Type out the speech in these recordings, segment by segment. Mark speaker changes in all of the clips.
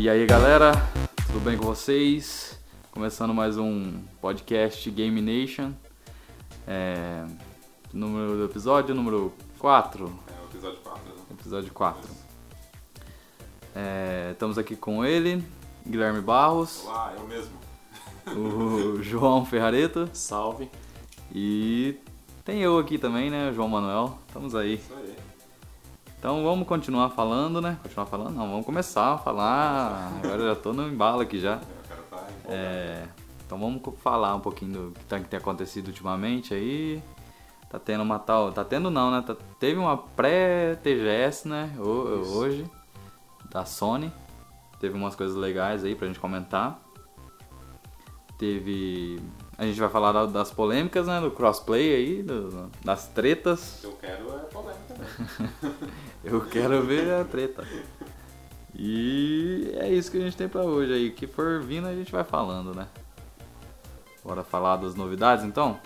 Speaker 1: E aí galera, tudo bem com vocês? Começando mais um podcast Game Nation. É... Número do episódio, número 4.
Speaker 2: É o episódio 4. né?
Speaker 1: Episódio 4. É, estamos aqui com ele, Guilherme Barros,
Speaker 2: Olá, eu mesmo.
Speaker 1: o João Ferrareto
Speaker 3: Salve.
Speaker 1: e tem eu aqui também, né? João Manuel. Estamos aí.
Speaker 2: Isso aí.
Speaker 1: Então vamos continuar falando, né? Continuar falando? Não, vamos começar a falar. Agora eu já tô no embalo aqui já.
Speaker 2: É, O cara tá empolgado.
Speaker 1: É, então vamos co- falar um pouquinho do que, tá, que tem acontecido ultimamente aí. Tá tendo uma tal. Tá tendo não, né? Tá- teve uma pré-TGS, né? ho-
Speaker 2: Isso.
Speaker 1: hoje. Da Sony. Teve umas coisas legais aí pra gente comentar. Teve. A gente vai falar da- das polêmicas, né? Do crossplay aí, do- das tretas.
Speaker 2: O que eu quero é polêmica também.
Speaker 1: Eu quero ver a treta. E é isso que a gente tem pra hoje aí. O que for vindo a gente vai falando, né? Bora falar das novidades então?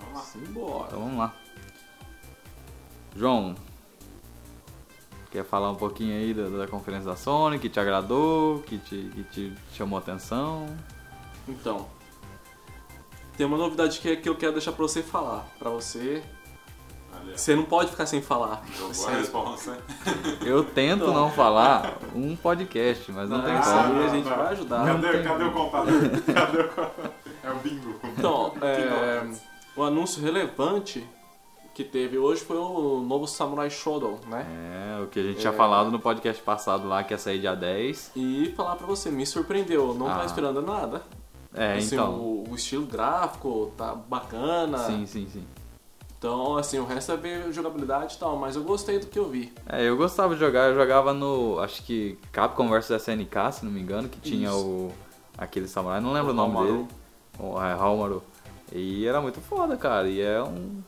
Speaker 2: Vamos lá.
Speaker 3: Simbora.
Speaker 1: Então vamos lá. João, quer falar um pouquinho aí da, da conferência da Sony, que te agradou, que te, que te chamou atenção?
Speaker 3: Então, tem uma novidade que, que eu quero deixar pra você falar. Pra você.
Speaker 2: Olha,
Speaker 3: Você não pode ficar sem falar.
Speaker 2: jogou
Speaker 3: Você-
Speaker 2: a responsa. hein?
Speaker 1: Eu tento
Speaker 3: Então.
Speaker 1: não falar um podcast, mas não,
Speaker 3: Não,
Speaker 1: tem
Speaker 3: isso
Speaker 1: como.
Speaker 3: aí a gente vai ajudar.
Speaker 1: Não tem
Speaker 2: Cadê, cadê o contador? Cadê o contador? É o bingo.
Speaker 3: Então, é,
Speaker 2: nota.
Speaker 3: o anúncio relevante que teve hoje foi o novo Samurai Shodown, né?
Speaker 1: É, o que a gente tinha
Speaker 3: É.
Speaker 1: falado no podcast passado lá, que ia sair dia 10.
Speaker 3: E falar pra você, me surpreendeu. eu Não
Speaker 1: Ah.
Speaker 3: tava esperando nada.
Speaker 1: É,
Speaker 3: assim,
Speaker 1: então.
Speaker 3: o, o estilo gráfico tá bacana.
Speaker 1: Sim, sim, sim.
Speaker 3: Então, assim, o resto é ver jogabilidade e tal, mas eu gostei do que eu vi.
Speaker 1: É, eu gostava de jogar, eu jogava no. Acho que Capcom vs SNK, se não me engano, que tinha
Speaker 3: Isso.
Speaker 1: o. aquele samurai, não lembro o,
Speaker 3: O
Speaker 1: nome
Speaker 3: Hallmaru.
Speaker 1: dele. O é, Hallmaru. E era muito foda, cara. E é um.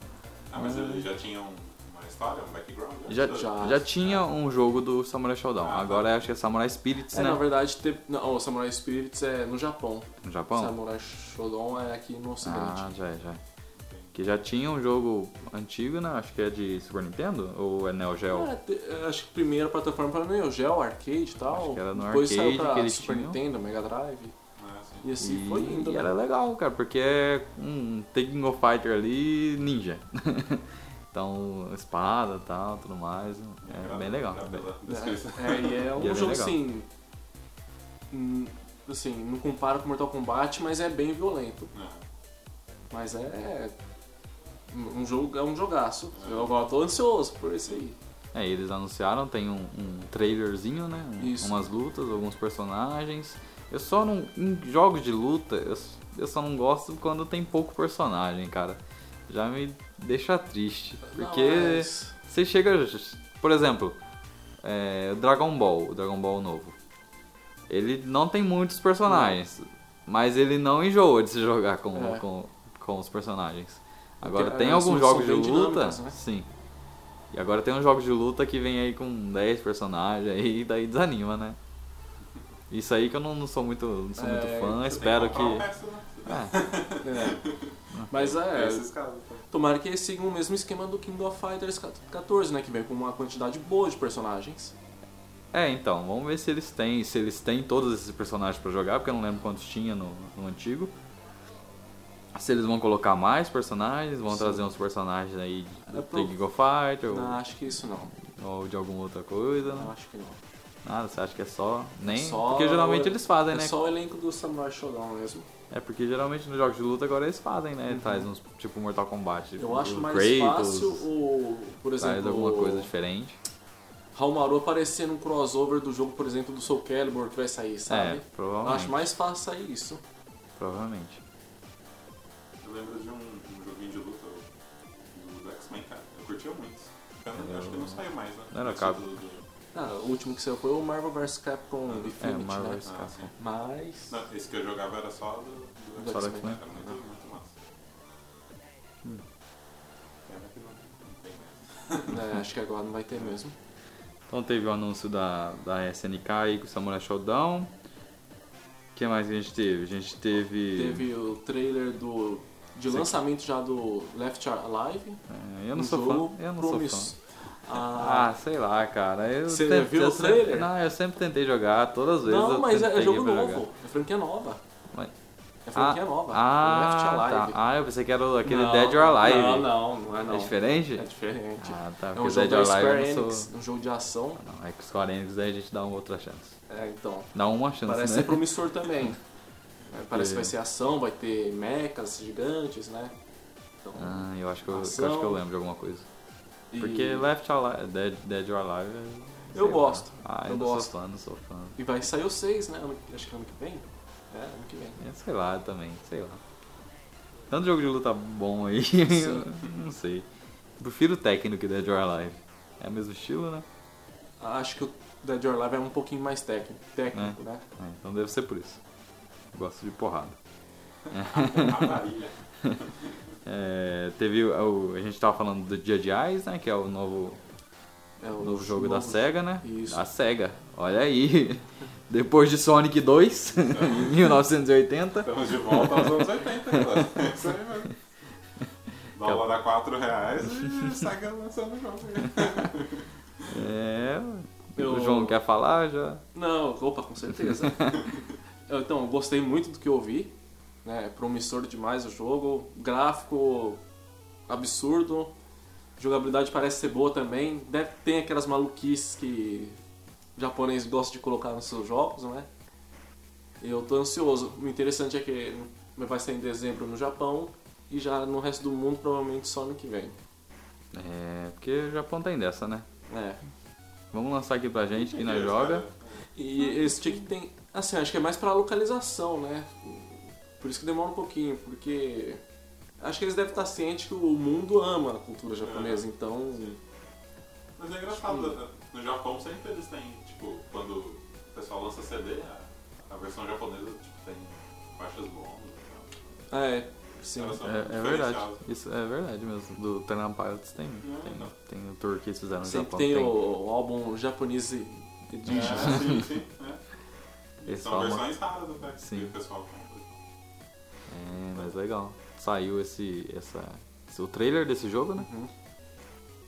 Speaker 2: Ah, mas ele já tinha um- uma história, um background? né?
Speaker 1: Já, já,
Speaker 3: Já.
Speaker 1: tinha um jogo do Samurai Shodown.
Speaker 2: Ah, tá.
Speaker 1: Agora acho que é Samurai Spirits,
Speaker 3: É,
Speaker 1: né?
Speaker 3: na verdade, teve... não, o Samurai Spirits é no Japão.
Speaker 1: No Japão?
Speaker 3: Samurai Shodown é aqui no ocidente.
Speaker 1: Ah, já é, já é. Que já tinha um jogo antigo, né? Acho que é de Super Nintendo? Ou é Neo Geo?
Speaker 3: É, te- é, acho que a primeira plataforma foi no Neo Geo, arcade e tal.
Speaker 1: Acho que era no
Speaker 3: Depois
Speaker 1: arcade
Speaker 3: saiu pra
Speaker 1: que eles
Speaker 3: Super
Speaker 1: tinham.
Speaker 3: Nintendo, Mega Drive.
Speaker 2: Ah, assim.
Speaker 3: E assim
Speaker 1: e
Speaker 3: foi indo.
Speaker 1: e
Speaker 3: né?
Speaker 1: era legal, cara, porque é um Taking of Fighter ali ninja. então, espada e tal, tudo mais. É bem legal.
Speaker 2: Era pela descrição.
Speaker 3: É, é, e é um
Speaker 1: E era
Speaker 3: jogo
Speaker 1: legal.
Speaker 3: assim. hum, Assim, não compara com Mortal Kombat, mas é bem violento.
Speaker 2: É.
Speaker 3: Mas é. Um jogo, é um jogaço. Eu agora tô ansioso por esse aí.
Speaker 1: É, eles anunciaram, tem um, um trailerzinho, né? Um-
Speaker 3: Isso.
Speaker 1: Umas lutas, alguns personagens. Eu só não. Em jogos de luta, eu, s- eu só não gosto quando tem pouco personagem, cara. Já me deixa triste. Porque.
Speaker 3: Não, é, mas-
Speaker 1: Você chega. Por exemplo, é, Dragon Ball, o Dragon Ball novo. Ele não tem muitos personagens, mas ele não enjoa de se jogar com,
Speaker 3: É.
Speaker 1: com, com os personagens. Agora
Speaker 3: Porque
Speaker 1: tem
Speaker 3: as
Speaker 1: alguns
Speaker 3: lutas
Speaker 1: jogos de
Speaker 3: são bem
Speaker 1: luta.
Speaker 3: dinâmicas, né?
Speaker 1: Sim. E agora tem uns jogos de luta que vem aí com 10 personagens aí, daí desanima, né? Isso aí que eu não, não sou muito, não sou muito
Speaker 3: É,
Speaker 1: fã,
Speaker 2: Você tem
Speaker 1: espero que.
Speaker 2: comprar o resto, né? Você
Speaker 3: um.
Speaker 2: tem
Speaker 1: É,
Speaker 3: É. Mas
Speaker 2: que
Speaker 3: é.
Speaker 2: ter esses casos. tá?
Speaker 3: Tomara que eles sigam o mesmo esquema do King of Fighters 14, né? Que vem com uma quantidade boa de personagens.
Speaker 1: É, então, vamos ver se eles têm, se eles têm todos esses personagens pra jogar, porque eu não lembro quantos tinha no, no antigo. Se eles vão colocar mais personagens, vão
Speaker 3: Sim.
Speaker 1: trazer uns personagens aí de
Speaker 3: É, pro- Ah.
Speaker 1: The King of Fight ou,
Speaker 3: Não, acho que isso não.
Speaker 1: ou de alguma outra coisa.
Speaker 3: Não,
Speaker 1: né?
Speaker 3: acho que não.
Speaker 1: Nada, você acha que é só? Nem.
Speaker 3: Ah. Só
Speaker 1: porque geralmente
Speaker 3: o-
Speaker 1: eles fazem,
Speaker 3: É
Speaker 1: né?
Speaker 3: só o elenco do Samurai Shodown mesmo.
Speaker 1: É porque geralmente nos jogos de luta agora eles fazem, né? Traz uns tipo Mortal Kombat.
Speaker 3: Uhum. Eu acho
Speaker 1: o
Speaker 3: mais
Speaker 1: Kratos,
Speaker 3: fácil o. Por
Speaker 1: Traz
Speaker 3: exemplo.
Speaker 1: alguma coisa diferente.
Speaker 3: Hallmaru aparecer num crossover do jogo, por exemplo, do Soul Calibur que vai sair, sabe?
Speaker 1: É,
Speaker 3: Eu
Speaker 1: provavelmente.
Speaker 3: acho mais fácil sair isso.
Speaker 1: Provavelmente.
Speaker 2: Eu lembro de um, um joguinho de luta do, do X-Men, cara. Eu curtia muito. Eu não-
Speaker 1: Eu-
Speaker 2: Acho que não saiu mais, né?
Speaker 1: Não era
Speaker 2: Esse
Speaker 1: cabo.
Speaker 2: do- do-
Speaker 3: Ah, o último que saiu foi o Marvel vs Capcom Infinity,
Speaker 1: É, Marvel
Speaker 3: né?
Speaker 1: vs.
Speaker 2: Ah, sim.
Speaker 3: Mas.
Speaker 2: Não, esse que eu jogava era só do, do
Speaker 3: Do
Speaker 2: Xbox,
Speaker 1: Xbox, né? Hum.
Speaker 2: Era muito, muito massa. Pena que não- não tem né? mais.
Speaker 3: É, acho que agora não vai ter mesmo.
Speaker 1: Então teve o anúncio da, da SNK aí com o Samurai Showdown. O que mais que a gente teve? A gente teve.
Speaker 3: Teve o trailer do. De
Speaker 1: Sim.
Speaker 3: lançamento já do Left Alive.
Speaker 1: É, eu não
Speaker 3: um
Speaker 1: sou
Speaker 3: jogo
Speaker 1: fã. Eu não
Speaker 3: promisso-
Speaker 1: sou
Speaker 3: Ah,
Speaker 1: Ah, sei lá, cara. Eu
Speaker 3: Você
Speaker 1: sempre-
Speaker 3: viu
Speaker 1: eu
Speaker 3: o
Speaker 1: sempre-
Speaker 3: trailer?
Speaker 1: Não, eu sempre tentei jogar, todas as vezes.
Speaker 3: não,
Speaker 1: eu
Speaker 3: mas é,
Speaker 1: sempre
Speaker 3: é jogo
Speaker 1: peguei pra
Speaker 3: novo.
Speaker 1: jogar.
Speaker 3: É franquia nova.
Speaker 1: Mas-
Speaker 3: É franquia nova.
Speaker 1: Ah,
Speaker 3: é Left
Speaker 1: tá.
Speaker 3: Alive.
Speaker 1: Ah, eu pensei que era aquele
Speaker 3: Não,
Speaker 1: Dead or Alive.
Speaker 3: Não, não, não é não.
Speaker 1: É diferente?
Speaker 3: É diferente.
Speaker 1: Ah, tá.
Speaker 3: é
Speaker 1: Porque
Speaker 3: um jogo
Speaker 1: Dead
Speaker 3: da
Speaker 1: or Alive
Speaker 3: Square
Speaker 1: eu não
Speaker 3: Enix,
Speaker 1: sou...
Speaker 3: um jogo de ação.
Speaker 1: Não, é que Square Enix aí a gente dá uma outra chance.
Speaker 3: É, então.
Speaker 1: Dá uma chance,
Speaker 3: Parece
Speaker 1: né?
Speaker 3: ser promissor também. É,
Speaker 1: É.
Speaker 3: parece que vai ser ação, vai ter mechas gigantes, né? Então,
Speaker 1: Ah, eu acho, que eu, eu acho
Speaker 3: Ação.
Speaker 1: que eu lembro de alguma coisa.
Speaker 3: e-
Speaker 1: Porque Left Alive, Dead, Dead or Alive... é-
Speaker 3: Eu
Speaker 1: sei
Speaker 3: gosto,
Speaker 1: Lá. Ah, eu,
Speaker 3: eu
Speaker 1: não
Speaker 3: gosto.
Speaker 1: sou fã, não sou fã.
Speaker 3: E vai sair o 6, né? Ano- acho que ano que vem. É, ano que vem.
Speaker 1: É, sei lá também, sei lá. Tanto jogo de luta bom aí, eu não sei. Prefiro o Tekken do que Dead or Alive. É o mesmo estilo, né?
Speaker 3: Acho que o Dead or Alive é um pouquinho mais técnico, técnico né?
Speaker 1: É, então deve ser por isso. Gosto de porrada.
Speaker 2: Avaria.
Speaker 1: É, teve o, o- A gente tava falando do Dia de Eyes, né? Que é o novo,
Speaker 3: É
Speaker 1: novo jogo da
Speaker 3: novo-
Speaker 1: SEGA, né?
Speaker 3: Isso.
Speaker 1: Da SEGA. Olha aí. Depois de Sonic 2, em 1980.
Speaker 2: Estamos de volta aos anos 80 agora. É isso aí mesmo. Dólar a 4 reais e Sega lançando o jogo.
Speaker 1: É. O
Speaker 3: Eu-
Speaker 1: João quer falar já?
Speaker 3: Não, opa, com certeza. Eu, então, eu gostei muito do que eu ouvi. Né? É promissor demais o jogo. Gráfico absurdo. Jogabilidade parece ser boa também. Deve ter aquelas maluquices que o japonês gosta de colocar nos seus jogos, né? Eu tô ansioso. O interessante é que vai ser em dezembro no Japão e já no resto do mundo provavelmente só ano que vem.
Speaker 1: É. Porque o Japão tem dessa, né?
Speaker 3: É.
Speaker 1: Vamos lançar aqui pra gente que nós
Speaker 2: Deus,
Speaker 1: joga.
Speaker 2: cara. é-
Speaker 3: E esse tinha que tem. Assim, acho que é mais pra localização, né? Por isso que demora um pouquinho, porque. Acho que eles devem estar cientes que o mundo ama a cultura japonesa, então.
Speaker 2: Mas é engraçado, né? no Japão sempre eles têm, tipo, quando o pessoal lança CD, a, a versão japonesa tipo, tem faixas bônus e tal.
Speaker 3: É, sim.
Speaker 2: Elas são
Speaker 1: É, é verdade.
Speaker 2: diferenciadas.
Speaker 1: Isso é verdade mesmo. Do Tainan Pilots tem.
Speaker 2: Não,
Speaker 1: Tem,
Speaker 2: não.
Speaker 1: tem o tour que eles fizeram no
Speaker 3: Sempre
Speaker 1: Japão.
Speaker 3: tem o álbum japonês Edition.
Speaker 2: É, sim, sim. é.
Speaker 1: Eles
Speaker 2: São
Speaker 1: falam-
Speaker 2: versões raras até que
Speaker 1: Sim.
Speaker 2: o pessoal compra.
Speaker 3: né?
Speaker 1: É, mas legal. Saiu esse. essa. esse- o trailer desse jogo, né?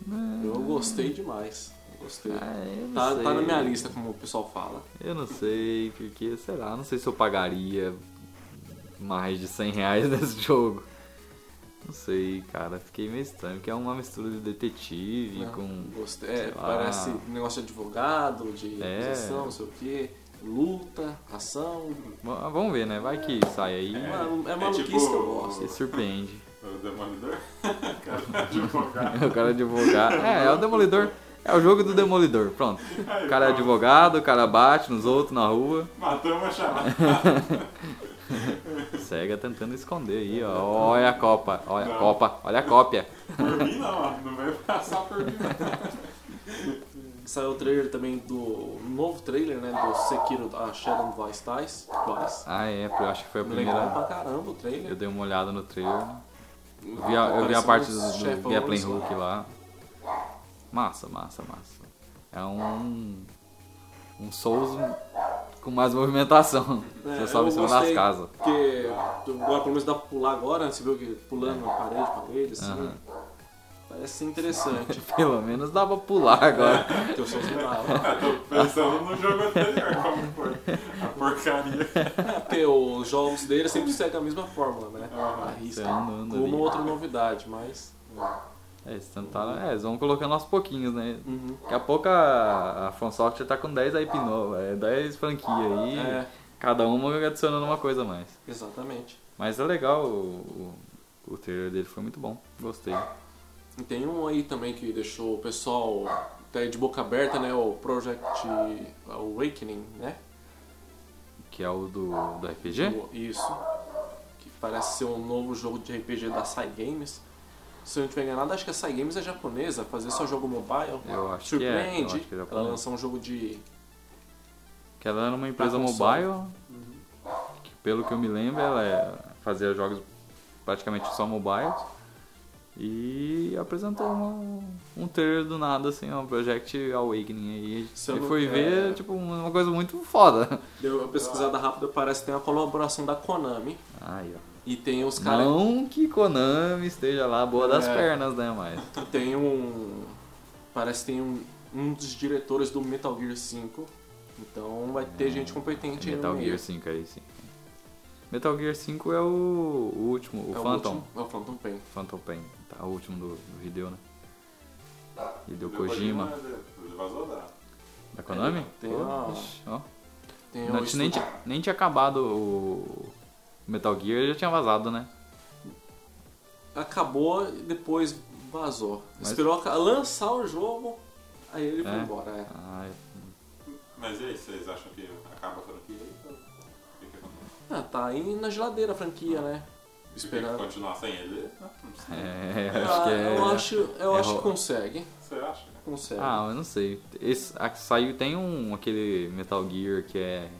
Speaker 3: Uhum. Eu gostei demais. Eu Gostei.
Speaker 1: Ah, eu não
Speaker 3: Tá,
Speaker 1: sei.
Speaker 3: tá na minha lista, como o pessoal fala.
Speaker 1: Eu não sei, porque, sei lá, não sei se eu pagaria mais de 100 reais nesse jogo. Não sei, cara, fiquei meio estranho, porque é uma mistura de detetive
Speaker 3: Não,
Speaker 1: com.
Speaker 3: Gostei. É,
Speaker 1: sei lá.
Speaker 3: parece negócio de advogado, de
Speaker 1: É.
Speaker 3: ação, não sei o quê. Luta, ação.
Speaker 1: Bom, Vamos ver, né? Vai que sai aí
Speaker 3: É,
Speaker 2: É,
Speaker 3: uma- é
Speaker 2: é
Speaker 3: maluquice
Speaker 2: tipo-
Speaker 3: que eu gosto.
Speaker 1: e surpreende.
Speaker 2: O Demolidor? Cara, advogado.
Speaker 1: O cara é advogado. É, é o Demolidor. É o jogo do Demolidor, pronto. O cara é advogado, o cara bate nos outros na rua.
Speaker 2: Matamos a charada.
Speaker 1: Sega tentando esconder aí, ó. Olha a copa, olha a copa, olha a cópia.
Speaker 2: Por mim não, ó. não vai passar por mim não.
Speaker 3: Saiu o trailer também do novo trailer, né? Do Sekiro da Shadow Vice Ties. Vice.
Speaker 1: Ah, é, eu acho que foi a
Speaker 3: Legal
Speaker 1: primeira.
Speaker 3: pra caramba o
Speaker 1: Eu
Speaker 3: trailer.
Speaker 1: dei uma olhada no trailer. Eu vi a, eu vi a parte
Speaker 3: um
Speaker 1: do, do Gaplin
Speaker 3: assim.
Speaker 1: Hook lá. Massa, massa, massa. É um. Um Souls com mais movimentação.
Speaker 3: É,
Speaker 1: Você sobe
Speaker 3: eu
Speaker 1: em cima das
Speaker 3: gostei.
Speaker 1: casas.
Speaker 3: Porque agora pelo menos dá pra pular agora, né? Você viu que pulando na parede, parede, assim.
Speaker 1: Aham.
Speaker 3: Parece ser interessante.
Speaker 1: Pelo menos dá pra pular agora.
Speaker 3: Porque eu sou zerado.
Speaker 2: Tô pensando no jogo anterior, como foi. A porcaria.
Speaker 3: É, porque os jogos dele sempre seguem a mesma fórmula, né?
Speaker 2: Aham.
Speaker 3: Arrisca
Speaker 1: Você andando ali.
Speaker 3: uma outra novidade, mas.
Speaker 1: É, eles tentaram. É, eles vão colocando aos pouquinhos, né?
Speaker 3: Uhum.
Speaker 1: Daqui a pouco a, a From Software tá com 10 IP nova, é, 10 franquias aí,
Speaker 3: É,
Speaker 1: cada uma adicionando uma coisa a mais.
Speaker 3: exatamente.
Speaker 1: Mas é legal, o, o, o trailer dele foi muito bom, gostei.
Speaker 3: E tem um aí também que deixou o pessoal até de boca aberta, né? O Project é Awakening, né?
Speaker 1: Que é o do, do RPG?
Speaker 3: O- Isso. Que parece ser um novo jogo de RPG da Sai Games. Se eu não tiver enganado, acho que a Sai Games é japonesa, fazer só jogo mobile.
Speaker 1: Eu acho que é. Eu
Speaker 3: Surpreende.
Speaker 1: acho que é
Speaker 3: ela
Speaker 1: japonês.
Speaker 3: lançou um jogo de.
Speaker 1: Que ela era uma empresa
Speaker 3: console.
Speaker 1: mobile,
Speaker 3: Uhum.
Speaker 1: que pelo que eu me lembro, ela é- fazia jogos praticamente só mobile. E apresentou uma- um trailer do nada, assim, um Project Awakening.
Speaker 3: Se
Speaker 1: E
Speaker 3: eu
Speaker 1: eu
Speaker 3: não-
Speaker 1: fui
Speaker 3: é.
Speaker 1: ver, tipo, uma coisa muito foda.
Speaker 3: Deu uma pesquisada rápida, parece que tem a colaboração da Konami.
Speaker 1: Aí, ó.
Speaker 3: E tem os caras.
Speaker 1: Não que Konami esteja lá boa das
Speaker 3: É.
Speaker 1: pernas, né, mas...
Speaker 3: Tem um. Parece que tem um, um dos diretores do Metal Gear 5. Então um vai ter gente competente
Speaker 1: Hum,
Speaker 3: aí
Speaker 1: é Metal
Speaker 3: no
Speaker 1: Gear
Speaker 3: meio.
Speaker 1: 5 aí, sim. Metal Gear 5 é o, o último, o
Speaker 3: é
Speaker 1: Phantom.
Speaker 3: O último, é o Phantom Pain.
Speaker 1: Phantom Pain, tá? O último do, do Hideo, né?
Speaker 3: Tá.
Speaker 1: Hideo
Speaker 2: Meu Kojima,
Speaker 1: Kojima. É
Speaker 2: Ele é, vazou da.
Speaker 1: Da Konami?
Speaker 3: Tem a-
Speaker 1: Ixi, ó.
Speaker 3: Tem um
Speaker 1: Não,
Speaker 3: o
Speaker 1: tinha- nem,
Speaker 3: estúdio-
Speaker 1: tinha, nem tinha acabado o Metal Gear, ele já tinha vazado, né?
Speaker 3: Acabou e depois vazou.
Speaker 1: Mas-
Speaker 3: Esperou aca- lançar o jogo, aí ele foi
Speaker 1: É.
Speaker 3: embora. é.
Speaker 1: Ah,
Speaker 2: Mas e aí, vocês acham que acaba a franquia aí? O que que acontece?
Speaker 3: Ah, tá aí na geladeira a franquia, né?
Speaker 2: Se
Speaker 3: Esperando.
Speaker 2: continuar sem ele, não sei.
Speaker 1: é, acho
Speaker 3: Ah,
Speaker 1: que é...
Speaker 3: eu acho, eu
Speaker 1: é
Speaker 3: acho que é.
Speaker 1: ro-
Speaker 3: consegue.
Speaker 2: Você acha, né?
Speaker 3: Consegue.
Speaker 1: Ah, eu não sei. Esse, a, saiu, tem um, aquele Metal Gear que é...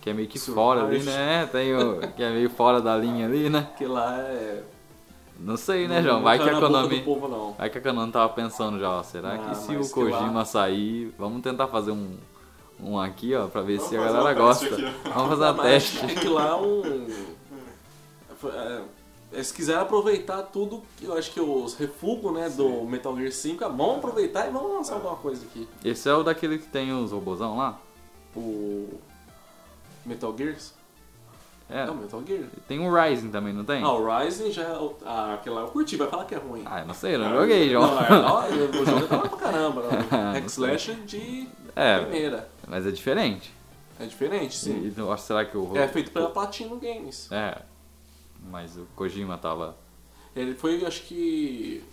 Speaker 1: Que é meio que
Speaker 3: Survive.
Speaker 1: fora ali, né? Tem o, que é meio fora da linha ali, né?
Speaker 3: Porque lá é.
Speaker 1: Não sei, né,
Speaker 3: não-
Speaker 1: João?
Speaker 3: não
Speaker 1: Vai
Speaker 3: tá
Speaker 1: que a
Speaker 3: na boca
Speaker 1: Konami...
Speaker 3: do povo, não.
Speaker 1: Aí que a Konami tava pensando já, ó, será
Speaker 3: Ah,
Speaker 1: que se
Speaker 3: mas
Speaker 1: o
Speaker 3: sei
Speaker 1: Kojima
Speaker 3: lá.
Speaker 1: sair, vamos tentar fazer um, um aqui, ó, pra ver
Speaker 2: Vamos
Speaker 1: se a
Speaker 2: fazer
Speaker 1: galera
Speaker 2: um teste
Speaker 1: gosta.
Speaker 2: aqui, ó.
Speaker 1: Vamos fazer
Speaker 3: Ah,
Speaker 1: um
Speaker 3: mas
Speaker 1: teste.
Speaker 3: É que lá é um. é, se quiser aproveitar tudo, que eu acho que os refugos né, do Metal Gear 5, ah, vamos aproveitar e vamos lançar alguma coisa aqui.
Speaker 1: Esse é o daquele que tem os robozão lá?
Speaker 3: O. Metal Gears?
Speaker 1: É.
Speaker 3: É, o Metal Gear.
Speaker 1: Tem o Rising também, não tem?
Speaker 3: Ah, o Rising já é. o- Ah, aquele lá eu curti, vai falar que é ruim.
Speaker 1: Ah, eu não sei, eu não joguei, João.
Speaker 3: Não, é da hora, o jogo é da hora pra caramba. né? Hack Slash de
Speaker 1: É,
Speaker 3: primeira.
Speaker 1: mas é diferente.
Speaker 3: É diferente, sim.
Speaker 1: E, eu acho- será que o...
Speaker 3: É feito pela Platino Games.
Speaker 1: É, mas o Kojima tava,
Speaker 3: Ele foi, acho que.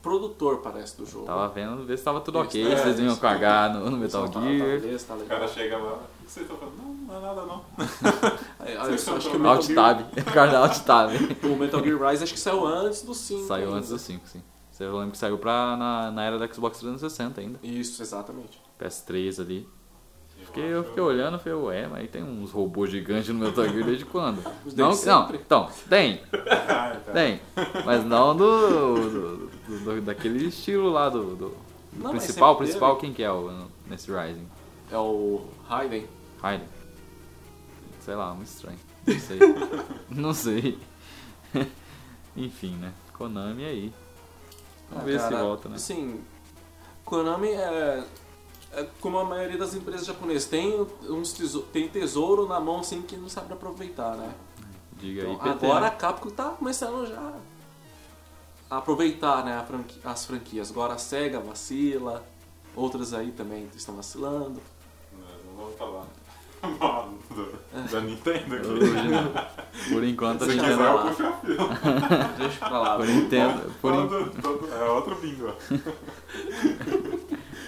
Speaker 3: produtor, parece, do jogo.
Speaker 1: tava vendo, ver se tava tudo ok,
Speaker 3: Isso, é,
Speaker 1: vocês vinham
Speaker 3: isso.
Speaker 1: cagar no, no Metal
Speaker 3: Tá- tá
Speaker 1: Gear.
Speaker 3: beleza, tá
Speaker 2: O
Speaker 3: legal.
Speaker 2: cara chega lá, o que vocês estão falando? Não, não é nada não.
Speaker 3: Aí, aí, É, eu só acho que o Metal,
Speaker 1: Alt
Speaker 3: Gear,
Speaker 1: Tab, o cara da Alt Tab.
Speaker 3: o Metal Gear Rise acho que saiu antes do 5.
Speaker 1: Saiu
Speaker 3: ainda.
Speaker 1: antes do 5, sim. Você lembra que saiu pra, na, na era do Xbox 360 ainda.
Speaker 3: Isso, exatamente.
Speaker 1: PS3 ali. Fiquei, eu
Speaker 2: acho-
Speaker 1: fiquei olhando e falei, ué, mas aí tem uns robôs gigantes no Metal Gear desde quando?
Speaker 3: desde
Speaker 1: não, não,
Speaker 3: sempre.
Speaker 1: então, tem,
Speaker 2: Ah, então.
Speaker 1: tem. Mas não do, do- do- do- daquele estilo lá do. do- do
Speaker 3: Não, mas
Speaker 1: principal,
Speaker 3: sempre
Speaker 1: principal quem que é o, nesse Rising?
Speaker 3: É o Raiden.
Speaker 1: Raiden. Sei lá, muito estranho. Não sei. não sei. Enfim, né? Konami aí. Vamos
Speaker 3: Ah,
Speaker 1: ver se
Speaker 3: cara,
Speaker 1: volta, né?
Speaker 3: Assim, Konami é, é como a maioria das empresas japonesas. Tem, uns tesouro, tem tesouro na mão assim que não sabe aproveitar, né?
Speaker 1: Diga aí,
Speaker 3: Então,
Speaker 1: PT.
Speaker 3: agora a
Speaker 1: né?
Speaker 3: Capcom tá começando já a aproveitar né, a franqui- as franquias. Agora a SEGA vacila, outras aí também estão vacilando.
Speaker 2: Não, não vamos falar mal do- da Nintendo aqui.
Speaker 1: Hoje não. Por enquanto a
Speaker 2: Se
Speaker 1: Nintendo.
Speaker 2: quiser, eu
Speaker 3: lá.
Speaker 2: puxo a fila.
Speaker 3: Deixa pra lá.
Speaker 1: Por, Nintendo, por, en-
Speaker 2: Todo- todo- É outro bingo.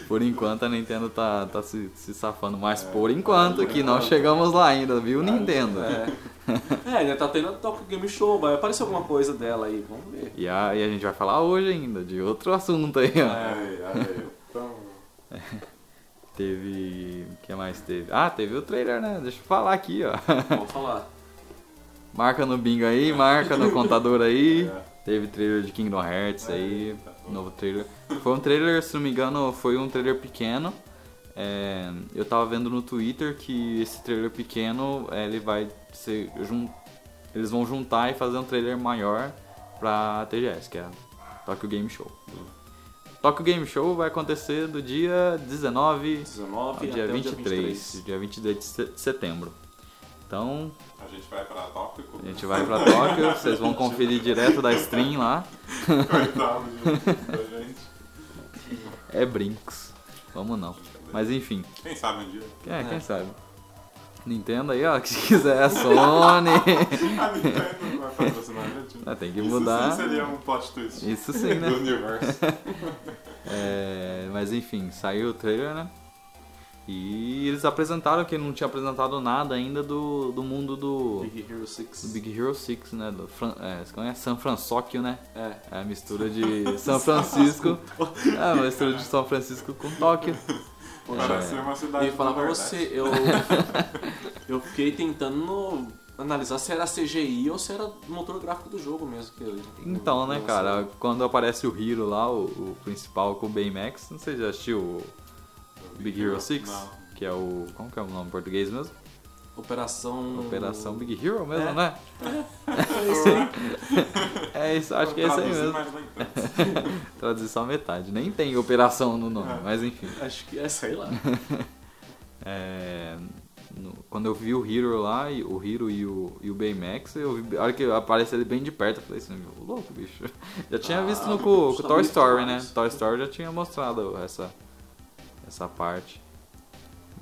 Speaker 1: por enquanto a Nintendo tá, tá se, se safando, mas por enquanto, que não chegamos lá ainda, viu, Nintendo?
Speaker 3: É, ainda tá tendo a Tokyo Game Show, vai aparecer alguma coisa dela aí, vamos ver.
Speaker 1: E, a, e a gente vai falar hoje ainda de outro assunto aí, ó.
Speaker 2: Aí, aí. Então,
Speaker 1: Teve. O que mais teve? Ah, teve o trailer, né? Deixa eu falar aqui, ó.
Speaker 3: Vamos falar.
Speaker 1: Marca no bingo aí, marca no contador aí.
Speaker 2: É.
Speaker 1: Teve trailer de Kingdom Hearts aí, novo trailer. Foi um trailer, se não me engano, foi um trailer pequeno. É, eu tava vendo no Twitter que esse trailer pequeno, é, ele vai ser jun- eles vão juntar e fazer um trailer maior pra TGS, que é a Tokyo Game Show. Tokyo Game Show vai acontecer do dia 19 ao
Speaker 3: 19
Speaker 1: dia
Speaker 3: até o
Speaker 1: 23, dia 22 de se- setembro. Então,
Speaker 2: a gente vai pra tópico.
Speaker 1: a gente vai pra Tóquio, vocês vão conferir direto da stream lá.
Speaker 2: Coitado de- da gente.
Speaker 1: É Brinks. Vamos não. Mas enfim,
Speaker 2: Quem sabe um dia.
Speaker 1: é, quem sabe. Nintendo aí, ó, que se quiser, é a Sony.
Speaker 2: A Nintendo um né? vai patrocinar a gente.
Speaker 1: Ah, tem que
Speaker 2: Isso
Speaker 1: mudar.
Speaker 2: sim seria um plot twist
Speaker 1: Isso sim,
Speaker 2: do
Speaker 1: né?
Speaker 2: universo.
Speaker 1: É, mas enfim, saiu o trailer, né? E eles apresentaram que não tinha apresentado nada ainda do, do mundo do,
Speaker 3: Big Hero
Speaker 1: do
Speaker 3: 6.
Speaker 1: Big Hero 6, né? Do Fran, é, como é? San Francisco, né?
Speaker 3: É.
Speaker 1: É a mistura de São Francisco. É a mistura de São Francisco com Tóquio. É.
Speaker 2: Parece ser uma
Speaker 3: Eu
Speaker 2: cidade.
Speaker 3: ia falar
Speaker 2: de
Speaker 3: pra
Speaker 2: verdade.
Speaker 3: você, eu, eu fiquei tentando analisar se era CGI ou se era motor gráfico do jogo mesmo. Que ele-
Speaker 1: Então, né,
Speaker 3: lançou.
Speaker 1: cara, quando aparece o Hiro lá, o, o principal com o Baymax, não sei se já assistiu o Big Hero 6,
Speaker 2: Não.
Speaker 1: que é o. Como que é o nome em português mesmo?
Speaker 3: Operação.
Speaker 1: Operação Big Hero mesmo,
Speaker 3: É.
Speaker 1: né?
Speaker 3: É isso aí.
Speaker 1: É isso, acho que é isso aí
Speaker 2: Traduzir,
Speaker 1: mesmo.
Speaker 2: mas nem tanto.
Speaker 1: Traduzir só metade. Nem tem operação no nome,
Speaker 2: É.
Speaker 1: mas enfim.
Speaker 3: Acho que é, sei lá.
Speaker 1: É, no- quando eu vi o Hero lá, e- o Hero e o, e o Baymax, eu vi, a hora que apareceu ele bem de perto, eu falei assim, "Ô, louco, bicho. Já tinha
Speaker 3: Ah,
Speaker 1: visto no, com, com o Toy
Speaker 3: sabia
Speaker 1: Story, né?
Speaker 3: demais.
Speaker 1: Toy Story já tinha mostrado essa, essa parte.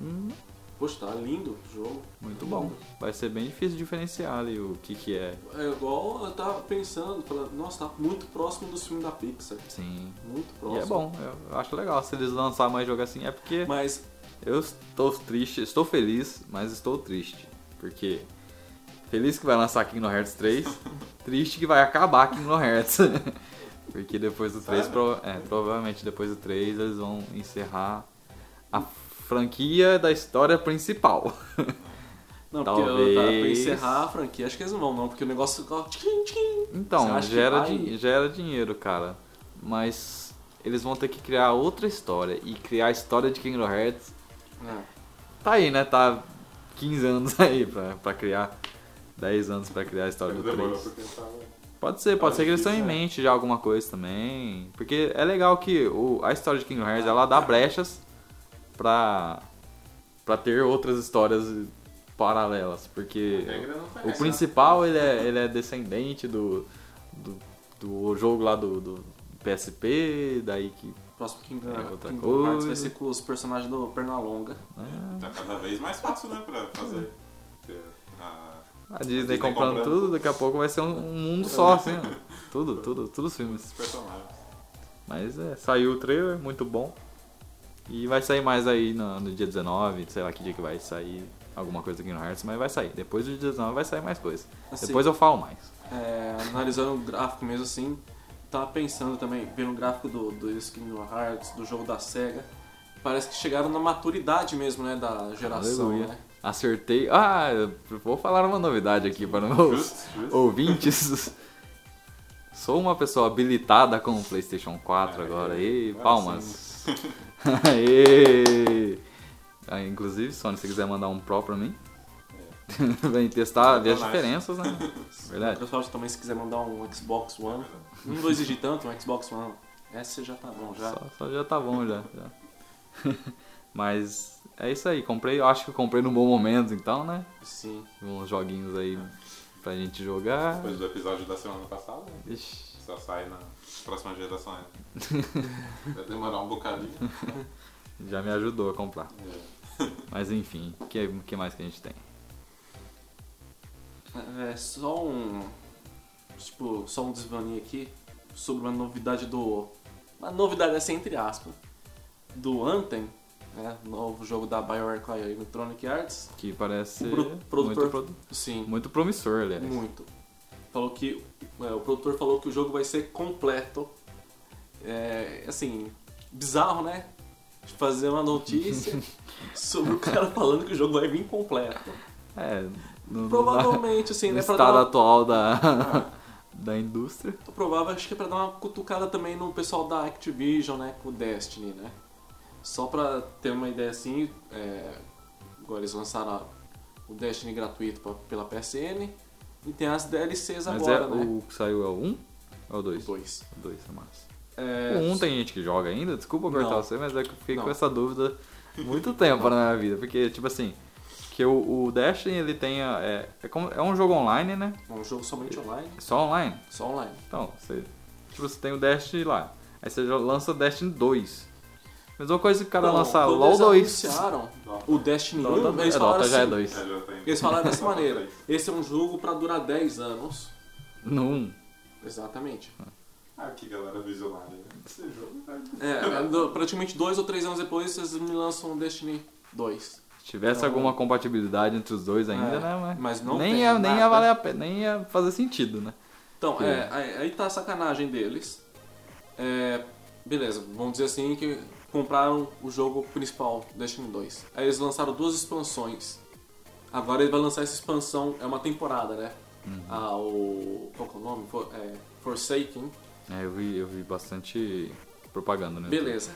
Speaker 1: Hum,
Speaker 3: Poxa, tá lindo o jogo.
Speaker 1: muito bom. Vai ser bem difícil diferenciar ali o que que é.
Speaker 3: É igual eu tava pensando, falando, nossa, tá muito próximo dos filmes da Pixar.
Speaker 1: Sim.
Speaker 3: Muito
Speaker 1: E
Speaker 3: próximo.
Speaker 1: é bom, eu acho legal se eles lançarem mais jogo assim, é porque...
Speaker 3: Mas
Speaker 1: Eu estou triste, estou feliz, mas estou triste. Porque feliz que vai lançar Kingdom Hearts 3, triste que vai acabar Kingdom Hearts. porque depois do 3,
Speaker 2: Sério?
Speaker 1: prova- é, provavelmente depois do 3 eles vão encerrar a franquia da história principal.
Speaker 3: Não, porque eu, tá, pra
Speaker 1: Talvez.
Speaker 3: encerrar a franquia, acho que eles não vão, não, porque o negócio fica. ó, tchim, tchim. Você
Speaker 1: Então,
Speaker 3: acha que
Speaker 1: gera,
Speaker 3: vai?
Speaker 1: din- gera dinheiro, cara. Mas eles vão ter que criar outra história. E criar a história de Kingdom Hearts
Speaker 3: É.
Speaker 1: Tá aí, né? Tá 15 anos aí pra, pra criar. 10 anos pra criar a história Tá, do
Speaker 2: Demorou
Speaker 1: 3.
Speaker 2: pra pensar, né?
Speaker 1: Pode ser, pode
Speaker 2: Ah,
Speaker 1: ser que eles tenham em
Speaker 2: é.
Speaker 1: mente já alguma coisa também. Porque é legal que o, a história de Kingdom Hearts ela dá brechas pra, pra ter outras histórias paralelas. Porque
Speaker 2: Regra não tá faz
Speaker 1: o
Speaker 2: nada.
Speaker 1: principal ele é, ele é descendente do, do, do jogo lá do, do PSP, daí que.
Speaker 3: Próximo Kingdom,
Speaker 1: É outra
Speaker 3: Kingdom Hearts vai
Speaker 1: coisa.
Speaker 3: ser com os personagens do Pernalonga.
Speaker 1: né?
Speaker 2: Tá cada vez mais fácil, né, pra fazer. Porque a-
Speaker 1: A Disney
Speaker 2: Disney
Speaker 1: comprando,
Speaker 2: comprando.
Speaker 1: tudo, daqui a pouco vai ser um, um mundo só, assim, ó. Tudo, tudo, tudo os filmes.
Speaker 2: Os personagens.
Speaker 1: Mas é, saiu o trailer, muito bom. E vai sair mais aí no, no dia 19, sei lá que dia que vai sair alguma coisa aqui no Hearts, mas vai sair. Depois do dia 19 vai sair mais coisa.
Speaker 3: Assim,
Speaker 1: Depois eu falo mais.
Speaker 3: é, analisando o gráfico mesmo assim, tava pensando também, vendo o gráfico do, do esse Kingdom Hearts, do jogo da SEGA. Parece que chegaram na maturidade mesmo, né, da geração,
Speaker 1: Aleluia.
Speaker 3: né?
Speaker 1: Acertei. Ah, eu vou falar uma novidade aqui para meus
Speaker 2: Justo, justo.
Speaker 1: ouvintes. Sou uma pessoa habilitada com o PlayStation 4 agora. E
Speaker 2: agora
Speaker 1: palmas. Aê! Ah, inclusive, Sony, se quiser mandar um pro pra mim, vem testar, ver as
Speaker 2: Nice.
Speaker 1: diferenças, né?
Speaker 3: O
Speaker 1: Verdade.
Speaker 3: pessoal também, se quiser mandar um Xbox One, não vou exigir tanto, um Xbox One. Essa já tá bom, já.
Speaker 1: Só, só já tá bom já. já. Mas é isso aí. Comprei, eu acho que eu comprei num bom momento, então, né?
Speaker 3: Sim.
Speaker 1: Uns joguinhos aí pra gente jogar.
Speaker 2: Depois do episódio da semana passada, né?
Speaker 1: Ixi.
Speaker 2: só sai na próxima geração. né? Vai demorar um bocadinho.
Speaker 1: Já me ajudou a comprar.
Speaker 2: É.
Speaker 1: Mas enfim, o que, que mais que a gente tem?
Speaker 3: É só um. Tipo, só um desvaneio aqui sobre uma novidade do. Uma novidade assim, entre aspas. Do Anthem, né? Novo jogo da BioWare com a Electronic Arts.
Speaker 1: Que parece
Speaker 3: O pro-
Speaker 1: muito,
Speaker 3: produtor-
Speaker 1: produ-
Speaker 3: Sim,
Speaker 1: muito promissor, aliás.
Speaker 3: muito. Falou que. é, o produtor falou que o jogo vai ser completo. É, assim, bizarro, né? De fazer uma notícia sobre o cara falando que o jogo vai vir completo.
Speaker 1: É, no, no-
Speaker 3: Provavelmente, assim,
Speaker 1: no
Speaker 3: né? pra dar
Speaker 1: estado
Speaker 3: uma- Ah.
Speaker 1: atual da, da indústria.
Speaker 3: O provável acho que é pra dar uma cutucada também no pessoal da Activision, né? Com o Destiny, né? Só pra ter uma ideia assim, é, agora eles lançaram a- o Destiny gratuito pra- pela PSN e tem as DLCs
Speaker 1: Mas
Speaker 3: agora,
Speaker 1: é
Speaker 3: né?
Speaker 1: o que saiu é o 1 ou o 2?
Speaker 3: 2.
Speaker 1: O 2 é massa.
Speaker 3: É,
Speaker 1: O 1 tem gente que joga ainda? Desculpa cortar
Speaker 3: Não.
Speaker 1: você, mas é que eu fiquei
Speaker 3: Não.
Speaker 1: com essa dúvida muito tempo na minha vida. Porque, tipo assim, que o, o Destiny ele tem. a- É, é, como- é um jogo online, né?
Speaker 3: é um jogo somente online,
Speaker 1: É Só online.
Speaker 3: só online.
Speaker 1: Então, você, tipo, você tem o Destiny lá. Aí você já lança o Destiny 2. Mesma coisa que o cara
Speaker 3: Não,
Speaker 1: lançar
Speaker 3: quando
Speaker 1: LOL
Speaker 3: eles
Speaker 1: 2.
Speaker 3: anunciaram
Speaker 2: Dota.
Speaker 3: o Destiny
Speaker 1: Dota
Speaker 3: 1, eles
Speaker 1: é,
Speaker 3: falaram
Speaker 1: Dota já é
Speaker 3: assim,
Speaker 1: 2.
Speaker 2: É, já tem-
Speaker 3: eles falaram dessa
Speaker 2: Dota
Speaker 3: maneira,
Speaker 2: três.
Speaker 3: esse é um jogo pra durar 10 anos.
Speaker 1: No 1.
Speaker 3: Exatamente.
Speaker 2: Ah, que galera visionária. né? Esse jogo tá...
Speaker 3: É, do- praticamente dois ou três anos depois vocês me lançam o Destiny 2.
Speaker 1: Se tivesse
Speaker 3: Então-
Speaker 1: alguma compatibilidade entre os dois ainda,
Speaker 3: É,
Speaker 1: né? Mas,
Speaker 3: mas não
Speaker 1: nem,
Speaker 3: tem
Speaker 1: ia, nem ia
Speaker 3: nada.
Speaker 1: valer a pena, nem ia fazer sentido, né?
Speaker 3: Então,
Speaker 1: Sim.
Speaker 3: é, aí, aí tá a sacanagem deles. É, beleza, vamos dizer assim que compraram o jogo principal, Destiny 2. Aí eles lançaram duas expansões. Agora ele vai lançar essa expansão, é uma temporada, né? Ah, o. Qual que é o nome? For- é, Forsaken.
Speaker 1: É, eu vi, eu vi bastante propaganda, né?
Speaker 3: Beleza.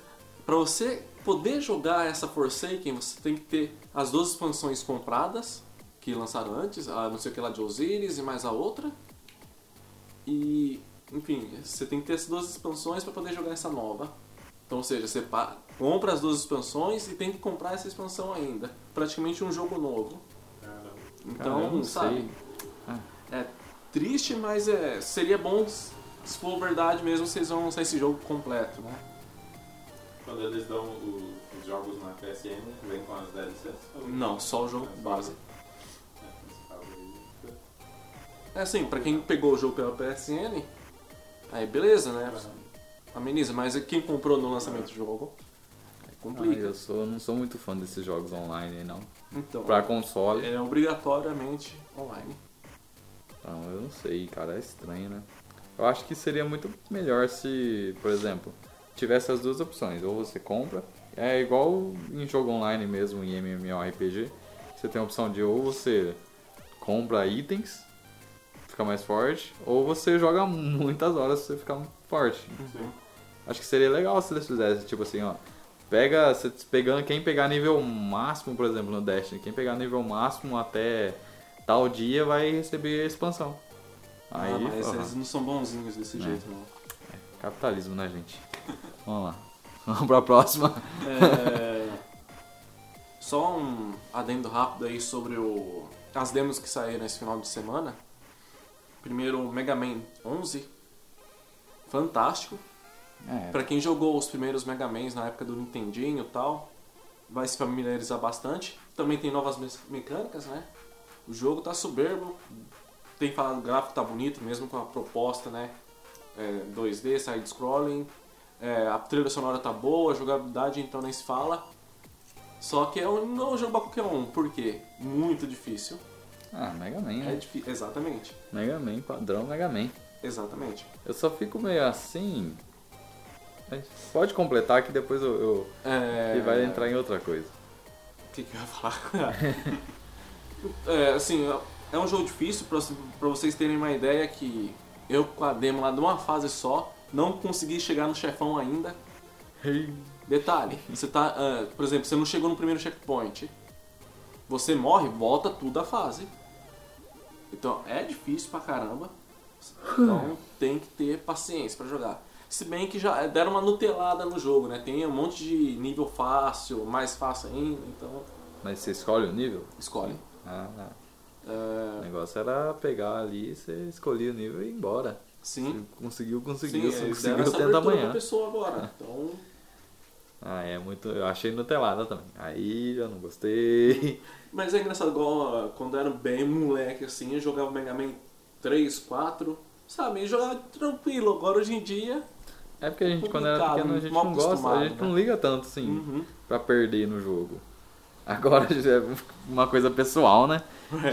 Speaker 3: Pra você poder jogar essa Forsaken, você tem que ter as duas expansões compradas que lançaram antes, a não sei o que lá de Osiris e mais a outra. E, enfim, você tem que ter essas duas expansões para poder jogar essa nova. Então, ou seja, você pa- compra as duas expansões e tem que comprar essa expansão ainda. Praticamente um jogo novo.
Speaker 2: É,
Speaker 3: Então,
Speaker 1: Cara, eu não
Speaker 3: sabe?
Speaker 1: sei.
Speaker 3: É triste, mas é, seria bom se se for verdade mesmo, vocês vão lançar esse jogo completo, né?
Speaker 2: Quando eles dão o- os jogos na PSN, vem com as DLCs? Ou-
Speaker 3: Não, só o jogo base.
Speaker 2: É, nesse caso aí, fica-
Speaker 3: É assim, pra quem pegou o jogo pela PSN, aí beleza, né? Ameniza, mas quem comprou no lançamento do jogo, aí
Speaker 1: Ah,
Speaker 3: complica.
Speaker 1: eu sou, não sou muito fã desses jogos online aí, não.
Speaker 3: Então,
Speaker 1: Pra console,
Speaker 3: é obrigatoriamente online.
Speaker 1: Não, eu não sei, cara, é estranho, né? Eu acho que seria muito melhor se, por exemplo, tivesse as duas opções, ou você compra, é igual em jogo online mesmo, em MMORPG, você tem a opção de ou você compra itens, fica mais forte, ou você joga muitas horas pra você ficar forte. Acho que seria legal se eles fizessem, tipo assim, ó. Pega, você pegando, quem pegar nível máximo, por exemplo, no Destiny, quem pegar nível máximo até tal dia vai receber a expansão. Aí,
Speaker 3: ah, mas
Speaker 1: porra,
Speaker 3: eles não são bonzinhos desse
Speaker 1: Né?
Speaker 3: jeito, não.
Speaker 1: capitalismo, né, gente? Vamos lá. Vamos pra próxima.
Speaker 3: É, Só um adendo rápido aí sobre o... as demos que saíram esse final de semana. Primeiro, o Mega Man 11. Fantástico.
Speaker 1: É,
Speaker 3: Pra quem jogou os primeiros Mega Mans na época do Nintendinho e tal, vai se familiarizar bastante. Também tem novas mes- mecânicas, né? O jogo tá soberbo. Tem que falar, o gráfico tá bonito mesmo com a proposta, né? É, 2D, side-scrolling. É, a trilha sonora tá boa, a jogabilidade então nem se fala. Só que é um, não é um jogo pra qualquer um, por quê? Muito difícil.
Speaker 1: Ah, Mega Man,
Speaker 3: É
Speaker 1: né?
Speaker 3: difícil. Exatamente.
Speaker 1: Mega Man, padrão Mega Man.
Speaker 3: Exatamente.
Speaker 1: Eu só fico meio assim. Mas Pode completar que depois eu, eu-
Speaker 3: É...
Speaker 1: que vai entrar em outra coisa.
Speaker 3: O que, que eu ia falar? é, assim, é um jogo difícil pra, pra vocês terem uma ideia que eu com a demo lá de uma fase só, não consegui chegar no chefão ainda. Detalhe, você tá. ah, por exemplo, você não chegou no primeiro checkpoint. Você morre, volta tudo a fase. Então é difícil pra caramba. Então tem que ter paciência pra jogar. Se bem que já deram uma nutelada no jogo, né? Tem um monte de nível fácil, mais fácil ainda, então
Speaker 1: Mas você escolhe o nível?
Speaker 3: escolhe.
Speaker 1: Ah, tá. O
Speaker 3: É,
Speaker 1: negócio era pegar ali, você escolhia o nível e ir embora.
Speaker 3: sim.
Speaker 1: Conseguiu,
Speaker 3: Sim, é,
Speaker 1: conseguiu, se
Speaker 3: eles deram
Speaker 1: conseguiu
Speaker 3: essa
Speaker 1: até da
Speaker 3: abertura pra
Speaker 1: manhã. É.
Speaker 3: pessoa agora. Então,
Speaker 1: Ah, é muito. Eu achei Nutelada também. Aí já não gostei.
Speaker 3: mas é engraçado, igual ah, quando eu era bem moleque assim, eu jogava Mega Man 3, 4, sabe? E jogava tranquilo. Agora hoje em dia.
Speaker 1: É porque a gente, quando era
Speaker 3: Complicado,
Speaker 1: pequeno, a gente
Speaker 3: mal
Speaker 1: não gosta, a
Speaker 3: acostumado,
Speaker 1: gente
Speaker 3: né?
Speaker 1: não liga tanto assim
Speaker 3: Uhum.
Speaker 1: pra perder no jogo. Agora já é uma coisa pessoal, né?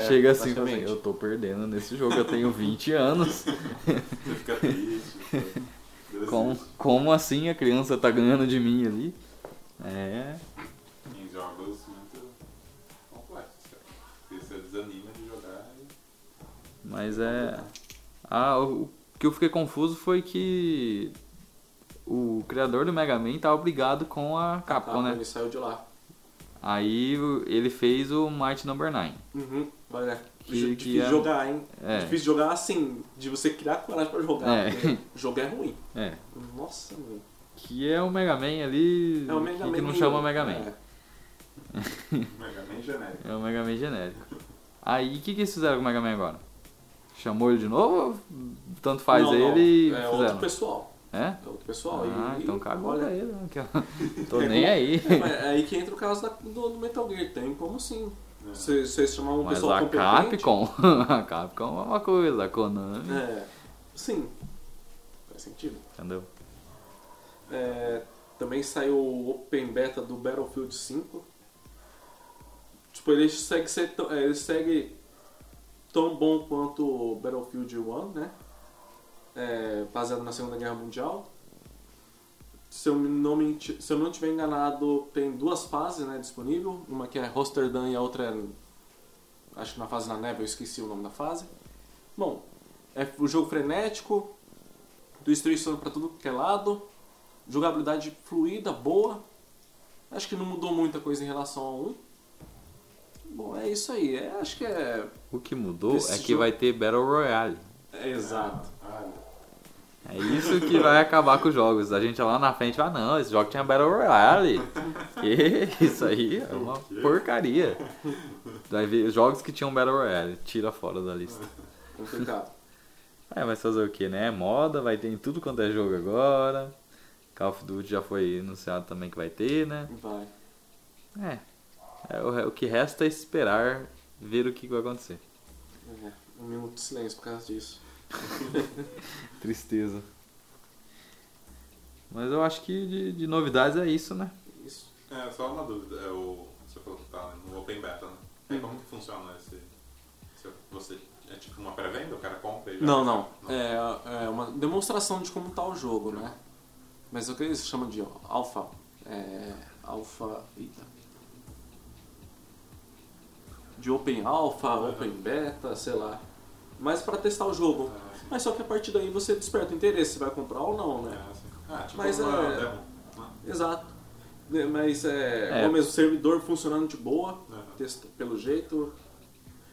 Speaker 1: Chega assim e fala assim,
Speaker 3: É, praticamente.
Speaker 1: eu tô perdendo nesse jogo, eu tenho 20 anos.
Speaker 2: Você fica triste. fica-
Speaker 1: Como,
Speaker 2: desiste.
Speaker 1: como assim a criança tá ganhando de mim ali? É.
Speaker 2: Em jogos muito complexos, cara. Porque você desanima de jogar e.
Speaker 1: Mas é. Ah, o o que eu fiquei confuso foi que o criador do Mega Man tá obrigado com a Capcom,
Speaker 3: Ah,
Speaker 1: né?
Speaker 3: Ele saiu de lá.
Speaker 1: Aí o- ele fez o Might Number 9.
Speaker 3: Uhum. Olha,
Speaker 1: Que-
Speaker 3: jo-
Speaker 1: que
Speaker 3: difícil
Speaker 1: é-
Speaker 3: jogar, hein?
Speaker 1: É.
Speaker 3: Difícil jogar assim, de você criar coragem pra jogar.
Speaker 1: É.
Speaker 3: porque Jogar é ruim.
Speaker 1: É.
Speaker 3: Nossa, mano.
Speaker 1: Que é o Mega Man ali.
Speaker 3: É o Mega
Speaker 1: que,
Speaker 3: Man.
Speaker 1: que não chama Mega Man.
Speaker 3: É.
Speaker 2: Mega Man genérico.
Speaker 1: É o Mega Man genérico. Aí o que, que eles fizeram com o Mega Man agora? Chamou ele de novo? ou Tanto faz
Speaker 3: Não, não,
Speaker 1: ele
Speaker 3: É
Speaker 1: e
Speaker 3: outro
Speaker 1: fizeram.
Speaker 3: pessoal.
Speaker 1: É?
Speaker 3: É outro pessoal.
Speaker 1: Ah,
Speaker 3: e,
Speaker 1: então cagou
Speaker 3: olha,
Speaker 1: pra ele. né? Que eu- Tô
Speaker 3: É
Speaker 1: nem
Speaker 3: como-
Speaker 1: aí.
Speaker 3: É, mas é aí que entra o caso da- do, do Metal Gear. Tem como sim.
Speaker 2: né?
Speaker 3: Se se vocês chamar um
Speaker 1: É. Mas
Speaker 3: pessoal
Speaker 1: a
Speaker 3: competente...
Speaker 1: Capcom, a Capcom é uma coisa, a Konami,
Speaker 3: É, sim. Faz sentido.
Speaker 1: entendeu?
Speaker 3: É, também saiu o Open Beta do Battlefield 5. Tipo, ele segue, ser tão, é, ele segue tão bom quanto o Battlefield 1, né? É, baseado na Segunda Guerra Mundial. Se eu, não me, enti- se eu não tiver enganado, tem duas fases né, disponível. Uma que é Rosterdam e a outra é... Acho que na fase na neve, eu esqueci o nome da fase. Bom, é o jogo frenético, destruição pra tudo que é lado jogabilidade fluida, boa. Acho que não mudou muita coisa em relação ao 1. Bom, é isso aí. É, acho que é.
Speaker 1: O que mudou
Speaker 3: Esse
Speaker 1: é que
Speaker 3: jogo-
Speaker 1: vai ter Battle Royale.
Speaker 3: é exato.
Speaker 2: Ah,
Speaker 1: É isso que vai acabar com os jogos. A gente lá na frente fala, não, esse jogo tinha Battle Royale. Que isso aí é uma porcaria. Vai ver os jogos que tinham Battle Royale, tira fora da lista.
Speaker 3: Complicado.
Speaker 1: É, vai fazer o que, né? Moda, vai ter em tudo quanto é jogo agora. Call of Duty já foi anunciado também que vai ter, né?
Speaker 3: Vai.
Speaker 1: É. É, o, o que resta é esperar ver o que vai acontecer.
Speaker 3: É, um minuto de silêncio por causa disso.
Speaker 1: Tristeza. Mas eu acho que de, de novidades é isso, né?
Speaker 3: Isso.
Speaker 2: é, só uma dúvida. É o, você falou que tá no Open Beta, né? E como
Speaker 3: Uhum.
Speaker 2: que funciona esse... esse- Você, é tipo uma pré-venda? O cara compra e já...
Speaker 3: Não, não. É, é uma demonstração de como tá o jogo, né? Mas o que eles chamam de alfa. É, alfa. Eita. De open alpha, open beta, sei lá. Mas pra testar o jogo.
Speaker 2: Ah, sim.
Speaker 3: tipo- Mas só que a partir daí você desperta o interesse, se vai comprar ou não, né?
Speaker 2: É, sim. Ah, tipo
Speaker 3: Mas
Speaker 2: uma
Speaker 3: é-
Speaker 2: demo, né?
Speaker 3: Exato. Né, Mas é,
Speaker 1: É.
Speaker 3: o mesmo servidor funcionando de boa,
Speaker 2: Aham.
Speaker 3: testa- pelo jeito.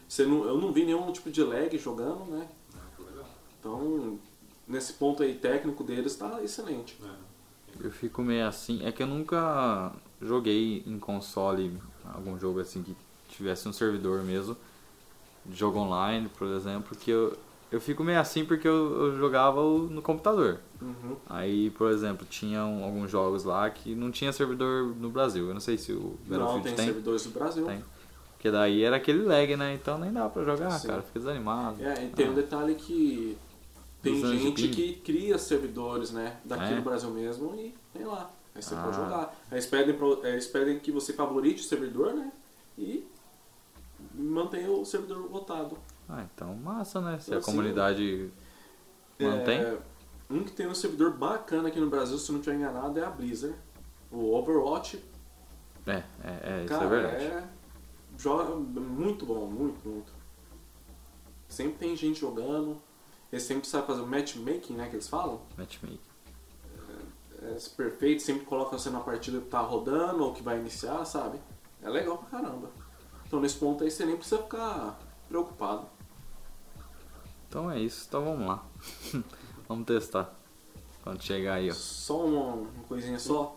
Speaker 3: Você não, eu não vi nenhum tipo de lag jogando, né?
Speaker 2: Ah, que legal.
Speaker 3: Então, nesse ponto aí técnico deles tá excelente.
Speaker 2: É.
Speaker 1: Eu fico meio assim. É que eu nunca joguei em console algum jogo assim que tivesse um servidor mesmo. de Jogo online, por exemplo, que eu, eu fico meio assim porque eu, eu jogava o- no computador.
Speaker 3: Uhum.
Speaker 1: Aí, por exemplo, tinham alguns jogos lá que não tinha servidor no Brasil. Eu não sei se o
Speaker 3: Não,
Speaker 1: Battlefield
Speaker 3: tem,
Speaker 1: tem.
Speaker 3: servidores do Brasil.
Speaker 1: Tem. Porque daí era aquele lag, né? Então nem dá pra jogar,
Speaker 3: Sim.
Speaker 1: cara. Fica desanimado.
Speaker 3: É, e tem um detalhe que tem
Speaker 1: Usando de
Speaker 3: gente
Speaker 1: ping.
Speaker 3: que cria servidores, né? Daqui
Speaker 1: É.
Speaker 3: do Brasil mesmo e tem lá. Aí você
Speaker 1: Ah.
Speaker 3: pode jogar. Aí eles pedem, pro- eles pedem que você favorite o servidor, né? E mantenha o servidor lotado.
Speaker 1: Ah, então massa, né? Se
Speaker 3: Eu
Speaker 1: a
Speaker 3: sim.
Speaker 1: comunidade mantém.
Speaker 3: É, um que tem um servidor bacana aqui no Brasil, se eu não tiver enganado, é a Blizzard. O Overwatch,
Speaker 1: É, é, é, isso
Speaker 3: cara,
Speaker 1: é verdade.
Speaker 3: joga muito bom, muito, muito. Sempre tem gente jogando. Eles sempre sabem fazer o matchmaking, né, que eles falam.
Speaker 1: Matchmaking.
Speaker 3: É perfeito, sempre coloca você na partida que tá rodando ou que vai iniciar, sabe? É legal pra caramba. Então nesse ponto aí você nem precisa ficar preocupado.
Speaker 1: Então é isso, então vamos lá. vamos testar. Quando chegar aí, ó.
Speaker 3: Só uma, uma coisinha só.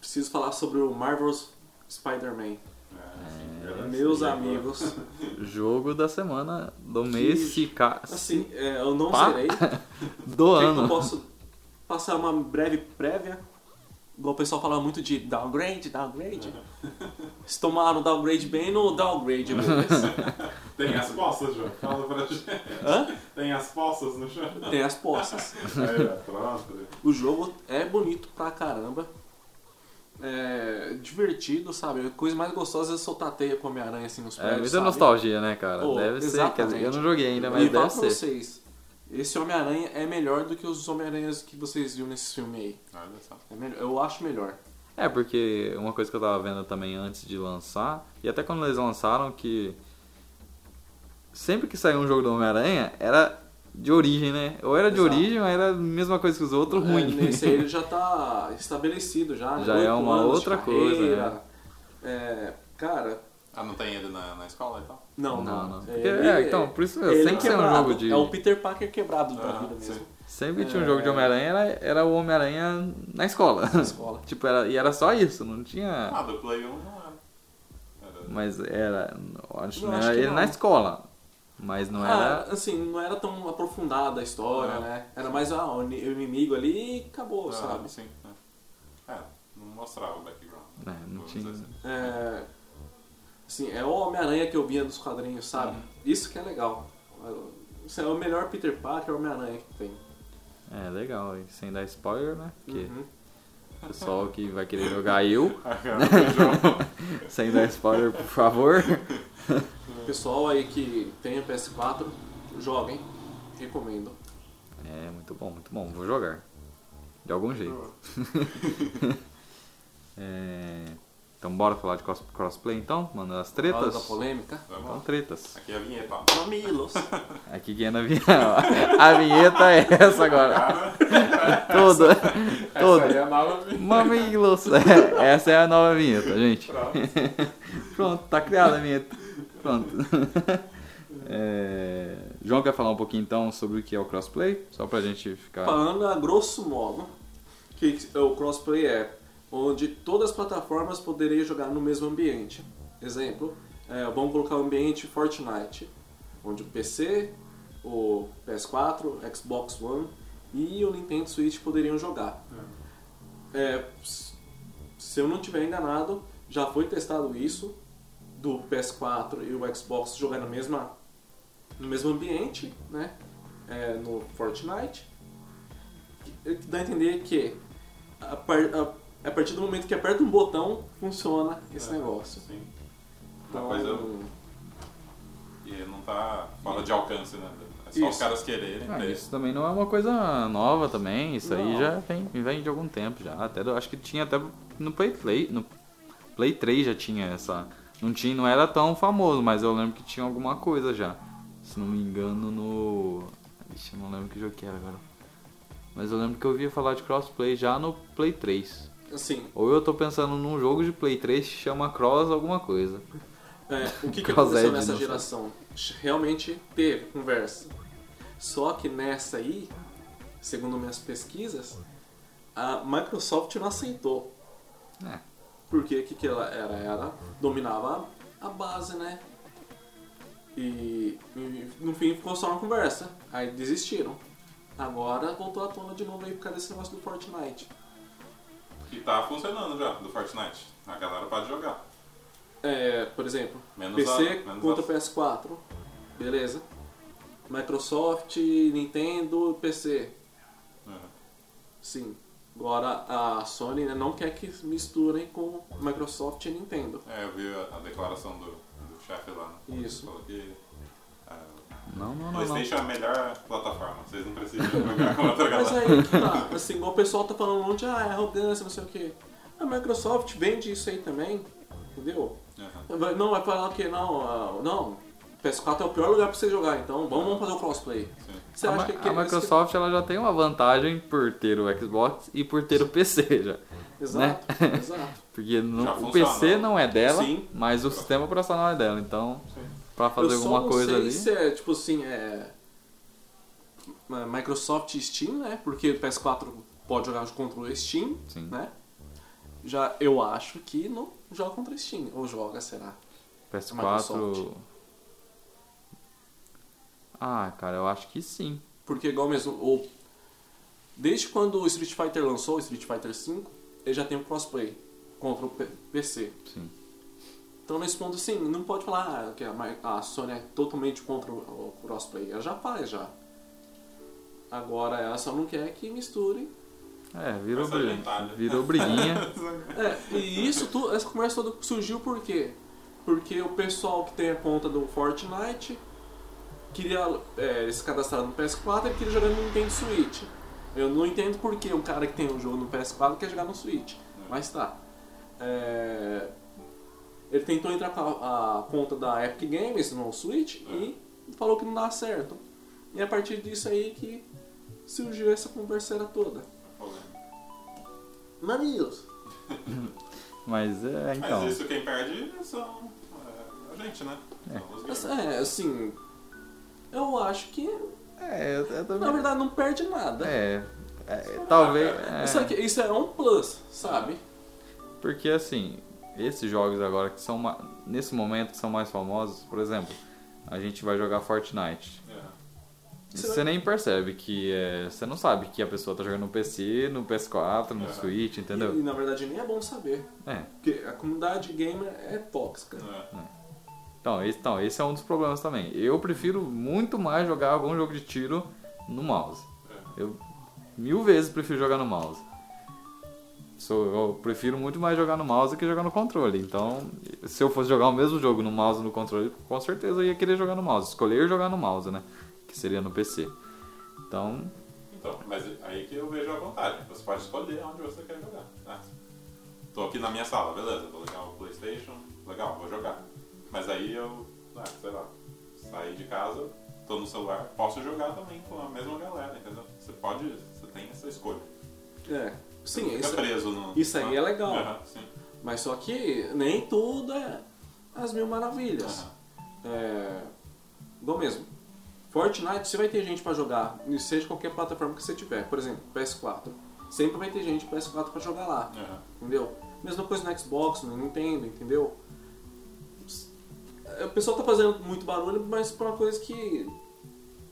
Speaker 3: Preciso falar sobre o Marvel's Spider-Man.
Speaker 2: É, sim, verdade.
Speaker 3: Meus
Speaker 2: Sim, agora.
Speaker 3: amigos,
Speaker 1: Jogo da semana do mês se ca...
Speaker 3: assim, é, eu não
Speaker 1: Pá.
Speaker 3: serei.
Speaker 1: do
Speaker 3: Eu
Speaker 1: ano.
Speaker 3: posso passar uma breve prévia. Igual o pessoal fala muito de downgrade, downgrade. Se tomaram downgrade bem no downgrade, beleza.
Speaker 2: Tem as postas, João. Fala pra gente.
Speaker 3: Hã?
Speaker 2: Tem as postas no chão.
Speaker 3: Tem as poças.
Speaker 2: Aí, ó, pronto.
Speaker 3: O jogo é bonito pra caramba. É divertido, sabe? A coisa mais gostosa é soltar teia com a minha aranha assim nos pés.
Speaker 1: É muita nostalgia, né, cara?
Speaker 3: Oh,
Speaker 1: deve ser. Quer dizer, eu não joguei ainda,
Speaker 3: e
Speaker 1: mas
Speaker 3: falo
Speaker 1: deve
Speaker 3: pra
Speaker 1: ser.
Speaker 3: vocês, esse Homem-Aranha é melhor do que os Homem-Aranhas que vocês viram nesse filme aí.
Speaker 2: Olha só.
Speaker 3: É melhor- eu acho melhor.
Speaker 1: É, porque uma coisa que eu tava vendo também antes de lançar, e até quando eles lançaram, que sempre que saiu um jogo do Homem-Aranha, era de origem, né? Ou era de
Speaker 3: Exato.
Speaker 1: origem, ou era a mesma coisa que os outros,
Speaker 3: É,
Speaker 1: ruim.
Speaker 3: nesse aí ele já tá estabelecido, já. né?
Speaker 1: Já
Speaker 3: Oito
Speaker 1: é uma
Speaker 3: anos de
Speaker 1: outra
Speaker 3: carreira.
Speaker 1: coisa, né?
Speaker 3: É, cara,
Speaker 2: Ah, não tem ele na, na escola e tal?
Speaker 1: Não,
Speaker 3: não, não.
Speaker 1: não. Porque,
Speaker 3: Ele-
Speaker 1: é, então, por isso mesmo,
Speaker 3: ele
Speaker 1: sempre que saiu um
Speaker 3: quebrado.
Speaker 1: jogo de...
Speaker 3: É o Peter Parker quebrado da
Speaker 2: Ah,
Speaker 3: vida
Speaker 2: sim.
Speaker 3: mesmo.
Speaker 1: Sempre que tinha
Speaker 3: é-
Speaker 1: um jogo de Homem-Aranha, era, era o Homem-Aranha na escola.
Speaker 3: Na escola.
Speaker 1: tipo, era, e era só isso, não tinha...
Speaker 2: Ah, do Play 1 não era. Era-
Speaker 1: Mas era... eu Acho, que
Speaker 3: Eu
Speaker 1: não
Speaker 3: acho
Speaker 1: era
Speaker 3: que
Speaker 1: ele
Speaker 3: não.
Speaker 1: na escola. Mas não
Speaker 3: Ah,
Speaker 1: era...
Speaker 3: assim, não era tão aprofundada a história,
Speaker 2: É.
Speaker 3: né? Era mais ah, o ni- o inimigo ali e acabou,
Speaker 2: ah,
Speaker 3: sabe?
Speaker 2: Sim. É. É, não mostrava o background.
Speaker 1: É, não
Speaker 2: Vamos
Speaker 1: tinha.
Speaker 2: dizer assim.
Speaker 3: É, assim, é o Homem-Aranha que eu via nos quadrinhos, sabe?
Speaker 1: Hum.
Speaker 3: Isso que é legal. Isso é o melhor Peter Parker Homem-Aranha que tem.
Speaker 1: É, legal. E sem dar spoiler, né? Porque...
Speaker 3: Uhum.
Speaker 1: pessoal que vai querer jogar eu,
Speaker 2: Ah, cara, o João-
Speaker 1: sem dar spoiler, por favor.
Speaker 3: Pessoal aí que tem a PS4, joguem. Recomendo.
Speaker 1: É, muito bom, muito bom. Vou jogar. De algum jeito. É, Então bora falar de cos- crossplay então? Mandando as
Speaker 3: Hora da
Speaker 1: tretas?
Speaker 3: polêmica.
Speaker 2: Vamos
Speaker 1: Então
Speaker 2: lá.
Speaker 1: tretas.
Speaker 2: Aqui é a vinheta. ó.
Speaker 3: Mamilos.
Speaker 1: Aqui quem é na vinheta. A vinheta é essa agora. Toda.
Speaker 2: Essa aí é
Speaker 1: Toda.
Speaker 2: a nova vinheta.
Speaker 1: Mamilos. É, Essa é a nova vinheta, gente.
Speaker 2: Pronto.
Speaker 1: Pronto, tá criada a vinheta. Pronto. É, João quer falar um pouquinho então sobre o que é o crossplay? Só pra gente ficar.
Speaker 3: Falando a grosso modo, que o crossplay é onde todas as plataformas poderiam jogar no mesmo ambiente. Exemplo, é, vamos colocar o ambiente Fortnite, onde o PC, o PS4, Xbox One e o Nintendo Switch poderiam jogar. É, se eu não tiver enganado, já foi testado isso do PS4 e o Xbox jogar na mesma, no mesmo ambiente, né? É, no Fortnite. Que- que Dá a entender que a, par- a- a partir do momento que aperta um botão, funciona esse
Speaker 2: É,
Speaker 3: negócio.
Speaker 2: Sim. Uma
Speaker 3: Então,
Speaker 2: coisa que não tá fora de alcance, né? É só os
Speaker 3: Isso.
Speaker 2: caras quererem
Speaker 1: Ah,
Speaker 2: ter.
Speaker 1: isso também não é uma coisa nova também, isso aí
Speaker 3: Não.
Speaker 1: já vem, vem de algum tempo já. Até do- acho que tinha até no Play Play, no Play 3 já tinha essa. Não tinha, não era tão famoso, mas eu lembro que tinha alguma coisa já. Se não me engano no. Ixi, eu não lembro que jogo que era agora. Mas eu lembro que eu ouvia falar de crossplay já no Play 3.
Speaker 3: assim,
Speaker 1: Ou eu tô pensando num jogo de Play 3 que chama Cross alguma coisa.
Speaker 3: é, o que, que
Speaker 1: Cross
Speaker 3: aconteceu
Speaker 1: Edge,
Speaker 3: nessa
Speaker 1: não sei.
Speaker 3: geração? Realmente teve conversa. Só que nessa aí, segundo minhas pesquisas, a Microsoft não aceitou.
Speaker 1: É.
Speaker 3: Porque o que, que ela era? Ela dominava a base, né? E, e no fim ficou só uma conversa. Aí desistiram. Agora voltou à tona de novo aí por causa desse negócio do Fortnite.
Speaker 2: E tá funcionando já, do Fortnite. A galera pode jogar.
Speaker 3: É, por exemplo,
Speaker 2: Menos a-
Speaker 3: PC
Speaker 2: menos
Speaker 3: contra
Speaker 2: a-
Speaker 3: PS4. Beleza. Microsoft, Nintendo, PC.
Speaker 2: Uhum.
Speaker 3: Sim. Agora a Sony né, não quer que misturem com Microsoft e Nintendo.
Speaker 2: É, eu vi a, a declaração do, do chefe lá, né?
Speaker 3: Isso.
Speaker 2: Falou que. ah,
Speaker 1: Não, não, não, não.
Speaker 2: PlayStation é a melhor plataforma, vocês não precisam jogar com outra
Speaker 3: Mas
Speaker 2: galera.
Speaker 3: aí que tá, assim, igual o pessoal tá falando um monte, ah, é arrogância, não sei o quê. A Microsoft vende isso aí também, entendeu?
Speaker 2: Uhum.
Speaker 3: Vai- Não, vai falar que não, ah, não, PS4 é o pior lugar pra você jogar, então vamos, vamos fazer o crossplay.
Speaker 2: Sim.
Speaker 3: Você
Speaker 1: a,
Speaker 3: acha
Speaker 1: Mi-
Speaker 3: que, é que
Speaker 1: a Microsoft ela já tem uma vantagem por ter o Xbox e por ter o PC já.
Speaker 3: Exato,
Speaker 1: né?
Speaker 3: exato.
Speaker 1: Porque no-
Speaker 2: Já
Speaker 1: o
Speaker 2: funciona.
Speaker 1: PC não é dela,
Speaker 3: Sim.
Speaker 1: mas o sistema operacional é dela. Então,
Speaker 2: Sim.
Speaker 1: pra fazer
Speaker 3: Eu só
Speaker 1: alguma
Speaker 3: não
Speaker 1: coisa
Speaker 3: sei
Speaker 1: ali.
Speaker 3: se é, tipo assim, é... Microsoft e Steam, né? Porque o PS4 pode jogar contra o Steam,
Speaker 1: Sim.
Speaker 3: né? Já eu acho que não joga contra o Steam. Ou joga, será?
Speaker 1: PS4. Ah, cara, eu acho que sim.
Speaker 3: Porque igual mesmo, o... desde quando o Street Fighter lançou, o Street Fighter V, ele já tem o crossplay contra o P- PC.
Speaker 1: Sim.
Speaker 3: Então nesse ponto, sim, não pode falar ah, que a, Mi- a Sony é totalmente contra o o crossplay. Ela já faz, já. Agora ela só não quer que misture.
Speaker 1: É, virou,
Speaker 2: Essa
Speaker 1: bri-
Speaker 2: gentalha.
Speaker 1: virou briguinha.
Speaker 3: É, e isso, tu, essa conversa toda surgiu por quê? Porque o pessoal que tem a conta do Fortnite queria é, se cadastrar no PS4 e queria jogar no Nintendo Switch. Eu não entendo por que um cara que tem um jogo no PS4 quer jogar no Switch. Mas tá. É, ele tentou entrar com a, a conta da Epic Games no Switch e falou que não dava certo. E é a partir disso aí que surgiu essa converseira toda.
Speaker 2: é um Polêmica.
Speaker 3: Mamilos!
Speaker 1: Mas é, então.
Speaker 2: Mas isso quem perde são é, a gente, né?
Speaker 1: É.
Speaker 2: São os
Speaker 3: Mas,
Speaker 2: gamers.
Speaker 3: É, assim. Eu acho que,
Speaker 1: É, eu, eu também.
Speaker 3: na verdade, não perde nada.
Speaker 1: É. é, talvez. é.
Speaker 3: Só que isso é um plus, sabe?
Speaker 1: Porque assim, esses jogos agora que são ma- nesse momento que são mais famosos, por exemplo, a gente vai jogar Fortnite.
Speaker 2: É.
Speaker 1: E Você nem percebe que é, você não sabe que a pessoa tá jogando no PC, no PS4, no
Speaker 2: É.
Speaker 1: Switch,
Speaker 3: E,
Speaker 1: entendeu?
Speaker 3: e, na verdade nem é bom saber.
Speaker 1: É.
Speaker 3: Porque a comunidade gamer é tóxica.
Speaker 2: É.
Speaker 1: Então, esse, então, esse é um dos problemas também. Eu prefiro muito mais jogar algum jogo de tiro no mouse. Eu mil vezes prefiro jogar no mouse. Sou, eu prefiro muito mais jogar no mouse do que jogar no controle. Então, se eu fosse jogar o mesmo jogo no mouse e no controle, com certeza eu ia querer jogar no mouse. Escolher jogar no mouse, né? Que seria no PC. Então,
Speaker 2: Então, mas aí que eu vejo a vantagem. Você pode escolher onde você quer jogar. né? Tô aqui na minha sala, beleza. Vou ligar o Playstation. Legal, vou jogar. Mas aí eu, ah, sei lá, saí de casa, tô no celular, posso jogar também com a mesma galera, entendeu? Você pode, você tem essa escolha.
Speaker 3: É.
Speaker 2: Você
Speaker 3: Sim,
Speaker 2: não fica
Speaker 3: isso,
Speaker 2: preso no.
Speaker 3: isso aí é legal.
Speaker 2: Aham, sim.
Speaker 3: Mas só que nem tudo é as mil maravilhas.
Speaker 2: Aham.
Speaker 3: É, do mesmo. Fortnite, você vai ter gente pra jogar, seja qualquer plataforma que você tiver. Por exemplo, PS4. Sempre vai ter gente PS4 pra jogar lá,
Speaker 2: Aham.
Speaker 3: entendeu? Mesma coisa no Xbox, no Nintendo, entendeu? O pessoal tá fazendo muito barulho, mas pra uma coisa que.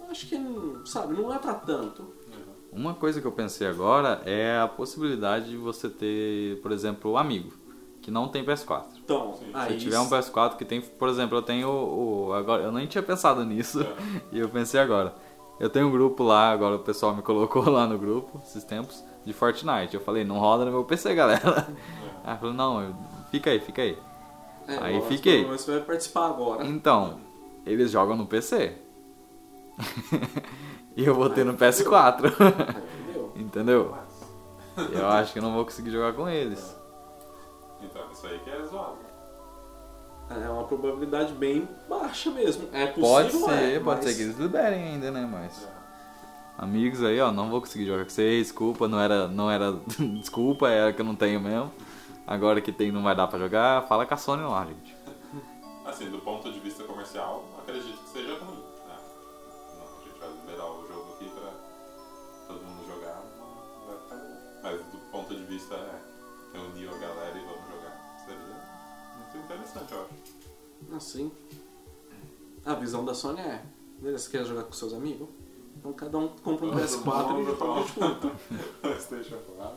Speaker 3: eu Acho que, não- sabe, não é pra tanto.
Speaker 2: Aham.
Speaker 1: Uma coisa que eu pensei agora é a possibilidade de você ter, por exemplo, um amigo que não tem PS4.
Speaker 3: Então,
Speaker 2: Sim.
Speaker 1: Se
Speaker 3: aí.
Speaker 1: tiver um PS4 que tem, por exemplo, eu tenho o, o- agora eu nem tinha pensado nisso e eu pensei agora. Eu tenho um grupo lá, agora o pessoal me colocou lá no grupo esses tempos de Fortnite. Eu falei, não roda no meu PC, galera. Aí falou, não, eu- fica aí, fica aí.
Speaker 3: é,
Speaker 1: aí
Speaker 3: agora,
Speaker 1: fiquei.
Speaker 3: Mas você vai participar agora.
Speaker 1: Então, eles jogam no PC. e eu vou ter no PS4.
Speaker 3: Entendeu?
Speaker 1: Entendeu? Eu acho que eu não vou conseguir jogar com eles.
Speaker 2: Então, isso aí que é zoado.
Speaker 3: É uma probabilidade bem baixa mesmo. É possível,
Speaker 1: Pode ser,
Speaker 3: é,
Speaker 1: pode
Speaker 3: mas-
Speaker 1: ser que eles liberem ainda, né? Mas.
Speaker 2: É.
Speaker 1: Amigos aí, ó, não vou conseguir jogar com vocês, desculpa, não era, não era, desculpa, era que eu não tenho mesmo. Agora que tem, não vai dar pra jogar, fala com a Sony lá, gente.
Speaker 2: Assim, do ponto de vista comercial, acredito que seja ruim. né? Não, a gente vai liberar o jogo aqui pra todo mundo jogar. não vai ficar bom. Mas do ponto de vista, é, reunir a galera e vamos jogar. Seria muito interessante, eu acho.
Speaker 3: Assim. A visão da Sony é. beleza, Você quer jogar com seus amigos? Então cada um compra um
Speaker 2: Todo
Speaker 3: PS4 e
Speaker 2: mundo
Speaker 3: joga junto.
Speaker 2: PlayStation 4.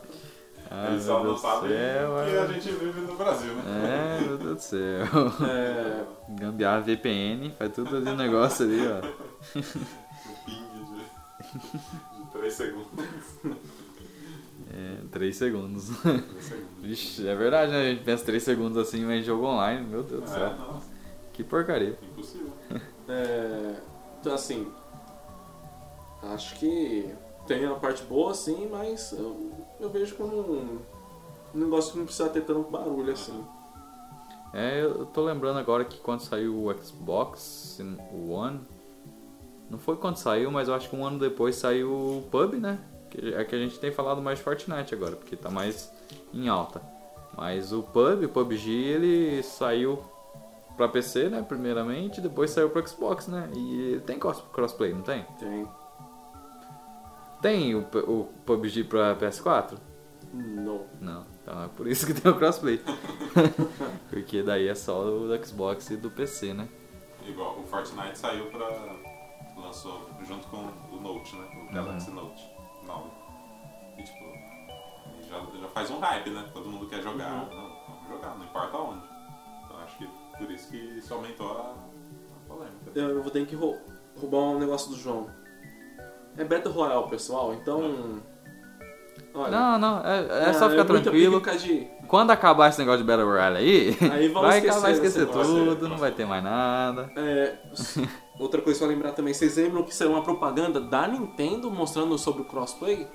Speaker 1: Ah,
Speaker 2: Eles só
Speaker 1: meu
Speaker 2: não
Speaker 1: Deus do
Speaker 2: sabem
Speaker 1: céu,
Speaker 2: que
Speaker 1: é.
Speaker 2: a gente vive no Brasil, né?
Speaker 1: É, meu Deus do céu.
Speaker 3: É,
Speaker 1: Gambiarra VPN, faz tudo ali o negócio ali, ó.
Speaker 2: Um ping de, de 3 segundos.
Speaker 1: É, 3 segundos.
Speaker 2: 3 segundos.
Speaker 1: Vixe, é verdade, né? A gente pensa 3 segundos assim, mas jogo online, meu Deus do
Speaker 2: É,
Speaker 1: céu.
Speaker 2: nossa,
Speaker 1: Que porcaria.
Speaker 2: impossível.
Speaker 3: é, então assim. Acho que tem a parte boa sim, mas eu, eu vejo como um, um negócio que não precisa ter tanto barulho assim.
Speaker 1: É, eu tô lembrando agora que quando saiu o Xbox One, não foi quando saiu, mas eu acho que um ano depois saiu o PUB, né? Que é que a gente tem falado mais de Fortnite agora, porque tá mais em alta. Mas o PUB, o PUBG, ele saiu pra PC, né, primeiramente, depois saiu pro Xbox, né? E ele tem cross- crossplay, não tem?
Speaker 3: Tem.
Speaker 1: Tem o, P- o PUBG pra PS4?
Speaker 3: Não.
Speaker 1: Não, então é por isso que tem o crossplay. porque daí é só o do Xbox e do PC, né?
Speaker 2: Igual, o Fortnite saiu pra. lançou junto com o Note, né? O Galaxy Note 9. E tipo, aí já, já faz um hype, né? Todo mundo quer jogar.
Speaker 3: Uhum.
Speaker 2: Não, vamos jogar, não importa onde. Então acho que por isso que isso aumentou a, a polêmica.
Speaker 3: Eu eu vou ter que rou- roubar um negócio do João. É Battle Royale, pessoal, então. Olha.
Speaker 1: Não, não, é, é
Speaker 3: Ah,
Speaker 1: só ficar
Speaker 3: muita
Speaker 1: tranquilo.
Speaker 3: pica de-
Speaker 1: Quando acabar esse negócio de Battle Royale aí,
Speaker 3: Aí vão
Speaker 1: vai,
Speaker 3: esquecer,
Speaker 1: vai esquecer
Speaker 3: né?
Speaker 2: Vai ser,
Speaker 1: tudo,
Speaker 2: vai
Speaker 1: não
Speaker 2: ser.
Speaker 1: vai ter mais nada.
Speaker 3: é, outra coisa pra lembrar também, vocês lembram que saiu uma propaganda da Nintendo mostrando sobre o crossplay?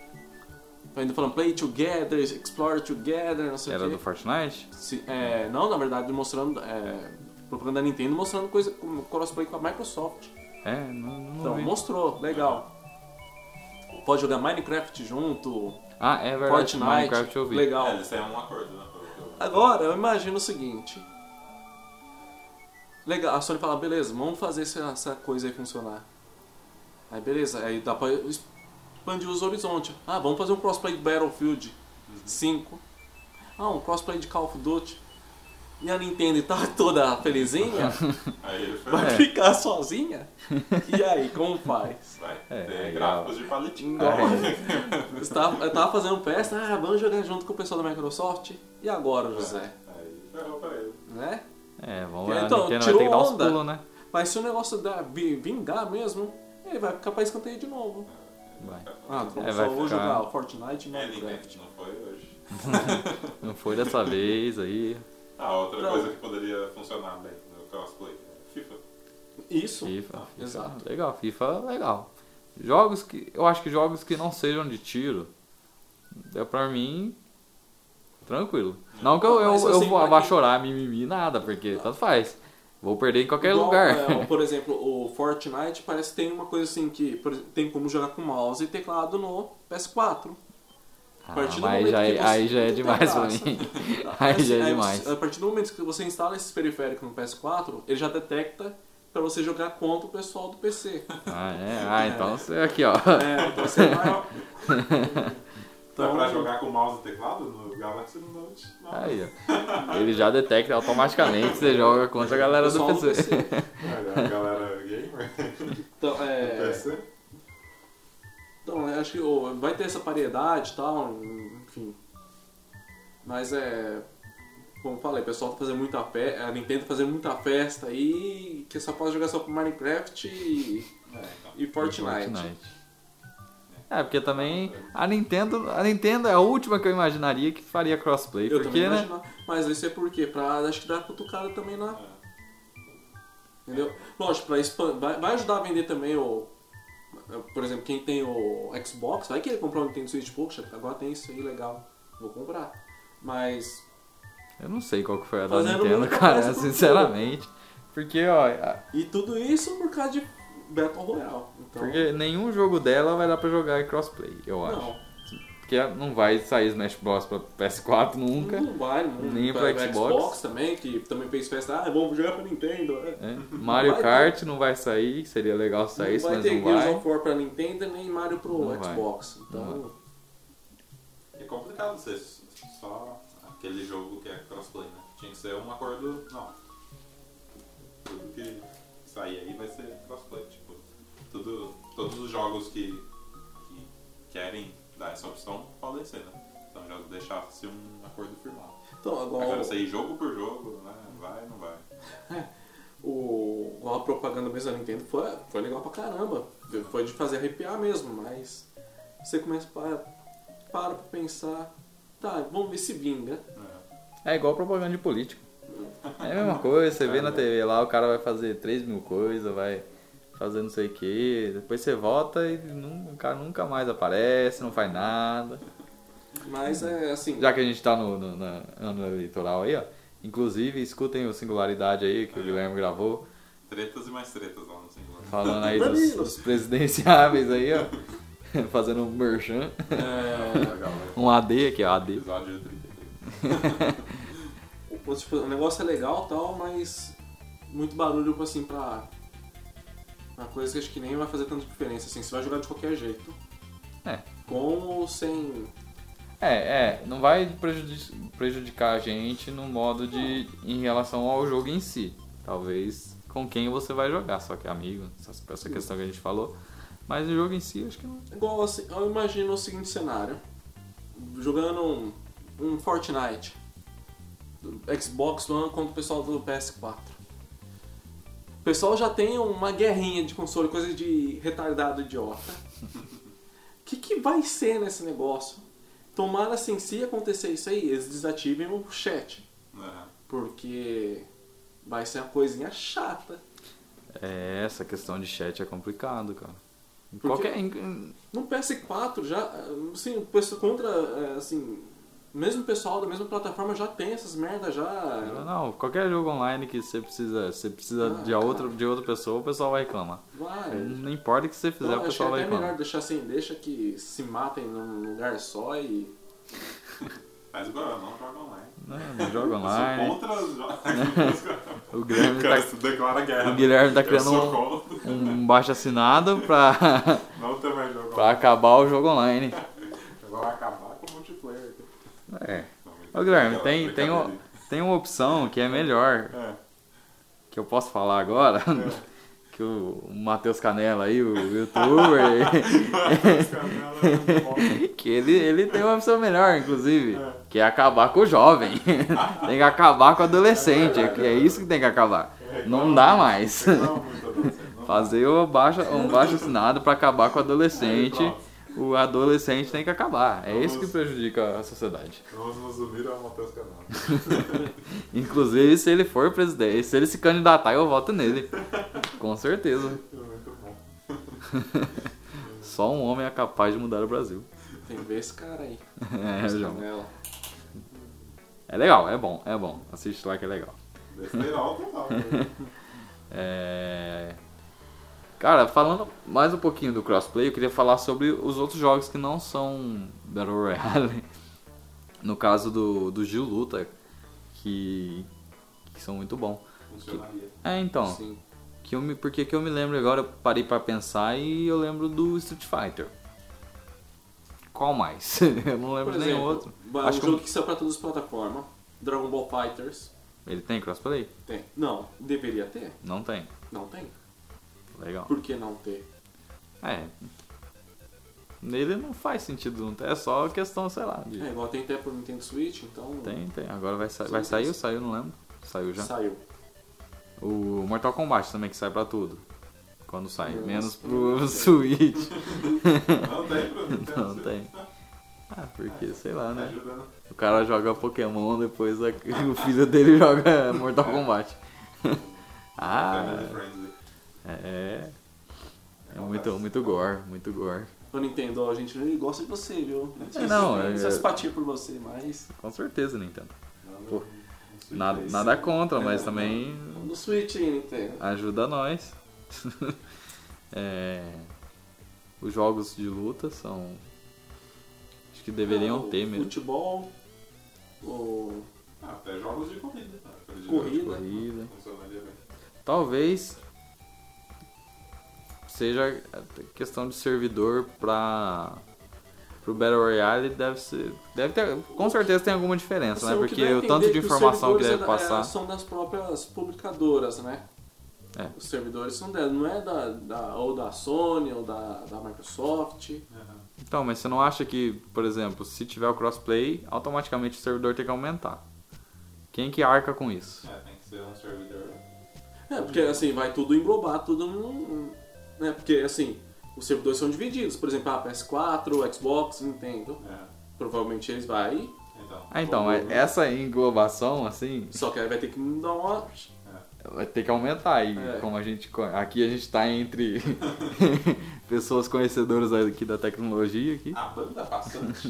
Speaker 3: Ainda falando play together, explore together, não sei
Speaker 1: Era
Speaker 3: o
Speaker 1: do
Speaker 3: quê.
Speaker 1: Fortnite?
Speaker 3: Se- é, não, na verdade, mostrando. é, propaganda da Nintendo mostrando coisa como crossplay com a Microsoft.
Speaker 1: É, não, não
Speaker 3: Então,
Speaker 1: vi.
Speaker 3: mostrou, legal. Pode jogar Minecraft junto,
Speaker 1: Ah, é verdade,
Speaker 3: Fortnite,
Speaker 1: Minecraft eu vi.
Speaker 3: legal.
Speaker 2: É, eles têm um acordo, né? pelo que eu-
Speaker 3: Agora, eu imagino o seguinte. Legal, a Sony fala, beleza, vamos fazer essa, essa coisa aí funcionar. Aí beleza, aí dá pra expandir os horizontes. Ah, vamos fazer um crossplay de Battlefield 5. Ah, um crossplay de Call of Duty. E a Nintendo tá toda felizinha,
Speaker 2: Aí ele foi.
Speaker 3: vai
Speaker 1: É.
Speaker 3: ficar sozinha? E aí, como faz?
Speaker 2: Vai
Speaker 1: É,
Speaker 2: ter
Speaker 1: legal.
Speaker 2: gráficos de palitinho.
Speaker 3: Igual. Eu tava, eu tava fazendo peça, ah, vamos jogar junto com o pessoal da Microsoft. E agora, José?
Speaker 2: É. Aí ferrou pra ele.
Speaker 3: Né?
Speaker 1: É, vamos lá,
Speaker 3: Então,
Speaker 1: a Nintendo vai
Speaker 3: tirou
Speaker 1: ter que dar uns
Speaker 3: onda.
Speaker 1: pulos, né?
Speaker 3: Mas se o negócio da, vi- vingar mesmo, ele vai ficar pra escanteio de novo.
Speaker 1: Vai.
Speaker 3: Ah, bom,
Speaker 1: É,
Speaker 3: só
Speaker 1: vai
Speaker 3: vou
Speaker 1: ficar-
Speaker 3: jogar o Fortnite e
Speaker 2: É, ninguém
Speaker 3: Minecraft.
Speaker 2: não foi hoje.
Speaker 1: Não foi dessa vez aí.
Speaker 2: Ah, outra
Speaker 3: Não.
Speaker 2: coisa que poderia funcionar bem no crossplay é FIFA.
Speaker 3: Isso.
Speaker 1: FIFA, FIFA.
Speaker 3: Exato.
Speaker 1: Legal, FIFA é legal. Jogos que. Eu acho que jogos que não sejam de tiro. É pra mim. Tranquilo. Não que eu, eu,
Speaker 3: Mas,
Speaker 1: eu
Speaker 3: assim,
Speaker 1: vou,
Speaker 3: pra
Speaker 1: vá
Speaker 3: quem-
Speaker 1: chorar, mimimi, nada, porque tanto faz. Vou perder em qualquer
Speaker 3: Igual,
Speaker 1: lugar.
Speaker 3: é, por exemplo, o Fortnite parece que tem uma coisa assim que por exemplo, tem como jogar com mouse e teclado no PS4.
Speaker 1: Ah,
Speaker 3: partir do
Speaker 1: mas
Speaker 3: momento
Speaker 1: já,
Speaker 3: que
Speaker 1: é-
Speaker 3: você
Speaker 1: aí já é
Speaker 3: tem
Speaker 1: demais pra
Speaker 3: graça.
Speaker 1: mim. aí já é
Speaker 3: Aí,
Speaker 1: demais.
Speaker 3: A partir do momento que você instala esse periférico no PS4, ele já detecta pra você jogar contra o pessoal do PC.
Speaker 1: Ah, é? Ah, então você aqui, ó.
Speaker 3: É, então você vai.
Speaker 2: Então,
Speaker 3: Então-
Speaker 2: pra jogar com mouse e teclado no Galaxy Note? Não.
Speaker 1: Aí, ó. Ele já detecta automaticamente que você joga contra a galera do
Speaker 3: pessoal
Speaker 1: PC.
Speaker 2: Olha, É, a galera gamer
Speaker 3: Então,
Speaker 2: do
Speaker 3: é,
Speaker 2: PC.
Speaker 3: então, eu acho que ô, vai ter essa variedade e tal, enfim. Mas é. Como eu falei, o pessoal tá fazendo muita festa. A Nintendo tá fazendo muita festa aí que só pode jogar só com Minecraft e,
Speaker 2: É, então.
Speaker 3: e Fortnite.
Speaker 1: É, porque também a Nintendo, a Nintendo é a última que eu imaginaria que faria crossplay,
Speaker 3: Eu
Speaker 1: porque
Speaker 3: também
Speaker 1: né?
Speaker 3: imaginava. Mas isso é porque? Pra acho que dar cutucada também na.
Speaker 2: É.
Speaker 3: Entendeu? Lógico, pra expan- vai, vai ajudar a vender também o. Por exemplo, quem tem o Xbox, vai querer comprar um Nintendo Switch, poxa, agora tem isso aí legal, vou comprar. Mas.
Speaker 1: Eu não sei qual que foi a da
Speaker 3: Fazendo um
Speaker 1: Nintendo,
Speaker 3: muita
Speaker 1: cara,
Speaker 3: coisa pro
Speaker 1: sinceramente. Porque, ó, a-
Speaker 3: E tudo isso por causa de Battle Royale. Então,
Speaker 1: porque nenhum jogo dela vai dar pra jogar em crossplay, eu acho.
Speaker 3: não,
Speaker 1: Porque não vai sair Smash Bros pra PS4 nunca. né?
Speaker 3: não vai, não.
Speaker 1: Nem
Speaker 3: pra
Speaker 1: pro Xbox.
Speaker 3: Xbox também, que também fez festa, ah, vamos jogar pra Nintendo. é.
Speaker 1: né? Mario
Speaker 3: vai ter.
Speaker 1: Kart não vai sair, seria legal se saísse,
Speaker 3: não vai
Speaker 1: mas
Speaker 3: ter
Speaker 1: não
Speaker 3: Gears
Speaker 1: vai.
Speaker 3: of War pra Nintendo nem Mario pro
Speaker 1: Não vai.
Speaker 3: Xbox. Então,
Speaker 2: É complicado ser só aquele jogo que é crossplay, né? Tinha que ser um acordo. Não. Tudo que sair aí vai ser crossplay. Tipo, tudo, todos os jogos que, que querem dar essa opção podem ser, né? Então já deixasse um acordo firmado.
Speaker 3: então agora.
Speaker 2: Agora sair jogo por jogo, né? Vai, não vai.
Speaker 3: o, a propaganda mesmo da Nintendo foi, foi legal pra caramba. Foi de fazer arrepiar mesmo, mas você começa para para pra pensar, tá, vamos ver se vinga.
Speaker 2: É.
Speaker 1: É igual propaganda de político. É a mesma coisa, você vê na TV lá, o cara vai fazer 3 mil coisas, vai fazer não sei o que, depois você vota e nun- o cara nunca mais aparece, não faz nada.
Speaker 3: Mas é assim,
Speaker 1: Já que a gente tá no, no- na- ano eleitoral aí, ó. Inclusive, escutem o Singularidade aí que o Guilherme gravou,
Speaker 2: Tretas e mais tretas lá no singular.
Speaker 1: falando aí dos, dos presidenciáveis aí, ó. Fazendo um merchan,
Speaker 3: é,
Speaker 2: Legal, né?
Speaker 1: um AD aqui, ó, AD.
Speaker 2: Episódio 33.
Speaker 3: o- tipo, o negócio é legal tal, mas muito barulho tipo assim pra. Uma coisa que acho que nem vai fazer tanta diferença, assim, você vai jogar de qualquer jeito.
Speaker 1: É.
Speaker 3: Com ou sem.
Speaker 1: É, é, não vai prejudi- prejudicar a gente no modo de. em relação ao jogo em si. Talvez com quem você vai jogar, só que é amigo, essa, essa questão que a gente falou. Mas o jogo em si, acho que não.
Speaker 3: Igual assim, eu imagino o seguinte cenário. Jogando um, um Fortnite. do Xbox One contra o pessoal do PS4. O pessoal já tem uma guerrinha de console, coisa de retardado idiota. O que, que vai ser nesse negócio? Tomara assim, se acontecer isso aí, eles desativem o chat.
Speaker 2: É.
Speaker 3: Porque vai ser uma coisinha chata.
Speaker 1: É, essa questão de chat é complicado, cara. Em
Speaker 3: Por quê?
Speaker 1: Qualquer. em- em-
Speaker 3: No PS4 já, assim, o pessoal contra, eh, assim, mesmo pessoal da mesma plataforma já tem essas merdas já.
Speaker 1: Não, qualquer jogo online que você precisa. Você precisa
Speaker 3: É. Ah,
Speaker 1: de, a outra,
Speaker 3: cara.
Speaker 1: de outra pessoa, o pessoal vai reclamar.
Speaker 3: Vai.
Speaker 1: Não importa o que você É, fizer,
Speaker 3: Então,
Speaker 1: o
Speaker 3: acho que é
Speaker 1: pessoal vai
Speaker 3: até
Speaker 1: reclamar.
Speaker 3: melhor deixar assim, deixa que se matem num lugar só e.
Speaker 2: Mas agora não joga online.
Speaker 1: Não, não
Speaker 3: é
Speaker 1: joga
Speaker 2: Eu sou
Speaker 1: online.
Speaker 2: contra os jogos.
Speaker 1: O Guilherme
Speaker 2: O
Speaker 1: tá,
Speaker 2: cara se declara guerra. né?
Speaker 1: o Guilherme tá
Speaker 2: Eu
Speaker 1: criando um.
Speaker 2: sou contra.
Speaker 1: um baixo assinado pra,
Speaker 2: Não tem mais jogo
Speaker 1: pra
Speaker 2: online.
Speaker 1: acabar o jogo online.
Speaker 2: Agora vai acabar com o multiplayer.
Speaker 1: É.
Speaker 2: Não, mas-
Speaker 1: Ô Guilherme,
Speaker 2: aquela
Speaker 1: tem, tem, um- o-
Speaker 2: brincadeira.
Speaker 1: tem uma opção que é melhor, que eu posso falar agora,
Speaker 2: É.
Speaker 1: que o Matheus Canela aí, o youtuber,
Speaker 2: É. Os caras, né, não voltam.
Speaker 1: que ele, ele tem uma opção melhor, inclusive, que é acabar com o jovem. Tem que acabar com o adolescente, é, que- é isso que tem que acabar. Não dá mais.
Speaker 2: É. Não, muito adolescente, não.
Speaker 1: Fazer o baixo, um baixo assinado pra acabar com o adolescente.
Speaker 2: Aí, pronto.
Speaker 1: O adolescente tem que acabar. É isso que
Speaker 2: Vamos.
Speaker 1: prejudica a sociedade.
Speaker 2: Vamos nos unir ao Matheus Canal.
Speaker 1: Inclusive, se ele for presidente, se ele se candidatar, eu voto nele. Com certeza.
Speaker 2: Muito bom.
Speaker 1: Só um homem é capaz de mudar o Brasil.
Speaker 3: Tem que ver esse cara aí.
Speaker 1: É, João.
Speaker 3: Nela.
Speaker 1: É legal, é bom, é bom. Assiste lá que é legal.
Speaker 2: Besteirol total.
Speaker 1: É... Cara, falando mais um pouquinho do crossplay, eu queria falar sobre os outros jogos que não são Battle Royale. No caso do, do Gil Luta, que, que são muito bom.
Speaker 2: Funcionaria.
Speaker 1: É, então.
Speaker 3: Sim.
Speaker 1: Que eu me, porque que eu me lembro agora, eu parei pra pensar e eu lembro do Street Fighter. Qual mais? eu não lembro
Speaker 3: Por
Speaker 1: de
Speaker 3: exemplo,
Speaker 1: nenhum outro.
Speaker 3: Um
Speaker 1: Acho que
Speaker 3: jogo
Speaker 1: um-
Speaker 3: que saiu pra todas as plataformas. Dragon Ball Fighters.
Speaker 1: ele tem crossplay?
Speaker 3: Tem. Não, deveria ter.
Speaker 1: Não tem.
Speaker 3: Não tem.
Speaker 1: Legal.
Speaker 3: Por que não ter?
Speaker 1: É. Nele não faz sentido, não tem. É só questão, sei lá. de-
Speaker 3: É, igual tem até pro Nintendo Switch, então
Speaker 1: Tem, tem. Agora vai, sa...
Speaker 3: Sim,
Speaker 1: vai
Speaker 3: tem
Speaker 1: sair
Speaker 3: sim.
Speaker 1: ou saiu, não lembro. Saiu já.
Speaker 3: saiu.
Speaker 1: O Mortal Kombat também, que sai pra tudo. Quando sai.
Speaker 3: Nossa.
Speaker 1: Menos pro Switch.
Speaker 2: Não tem, Bruno.
Speaker 1: Não tem. Ah, porque, sei lá,
Speaker 2: Tá
Speaker 1: né?
Speaker 2: ajudando.
Speaker 1: O cara joga Pokémon, depois a- o filho dele joga Mortal Kombat.
Speaker 2: Family
Speaker 1: ah,
Speaker 2: friendly.
Speaker 1: é. É muito, muito gore, muito gore.
Speaker 3: O Nintendo, ó, a gente ele gosta de você, viu?
Speaker 1: É, não, é-
Speaker 3: Só simpatia por você, mas.
Speaker 1: Com certeza, Nintendo.
Speaker 2: Não,
Speaker 1: Pô,
Speaker 2: não- não sei
Speaker 1: Nada,
Speaker 2: dizer isso.
Speaker 1: nada contra, mas também
Speaker 3: No é um Switch aí, Nintendo.
Speaker 1: ajuda nós. É, os jogos de luta são. Acho que deveriam
Speaker 3: Ah, o
Speaker 1: ter mesmo.
Speaker 3: Futebol, o
Speaker 2: Ah, até jogos de corrida. né? Acredito que
Speaker 3: corrida.
Speaker 1: Corrida.
Speaker 2: Funcionaria bem.
Speaker 1: Talvez seja questão de servidor para pro Battle Royale deve ser, deve ter, com certeza tem alguma diferença,
Speaker 3: Assim,
Speaker 1: né?
Speaker 3: o que
Speaker 1: Porque
Speaker 3: dá a
Speaker 1: o tanto
Speaker 3: entender
Speaker 1: de
Speaker 3: que os
Speaker 1: informação que
Speaker 3: servidores
Speaker 1: deve
Speaker 3: é da- é-
Speaker 1: passar.
Speaker 3: são das próprias publicadoras, né?
Speaker 1: É.
Speaker 3: Os servidores são delas, não é da, da- ou da Sony ou da, da Microsoft.
Speaker 2: Aham.
Speaker 1: Então, mas você não acha que, por exemplo, se tiver o crossplay, automaticamente o servidor tem que aumentar? Quem que arca com isso?
Speaker 2: É, tem que ser um servidor.
Speaker 3: É, porque assim, vai tudo englobar, tudo num. Né? Porque assim, os servidores são divididos, por exemplo, ah, a PS4, Xbox, Nintendo.
Speaker 2: É.
Speaker 3: Provavelmente eles vai.
Speaker 2: Então.
Speaker 1: Ah, então,
Speaker 2: como-
Speaker 1: é- essa englobação, assim,
Speaker 3: Só que aí vai ter que dar uma.
Speaker 1: vai ter que aumentar. E
Speaker 3: É.
Speaker 1: como a gente. co- Aqui a gente tá entre pessoas conhecedoras aqui da tecnologia aqui.
Speaker 2: A banda passante.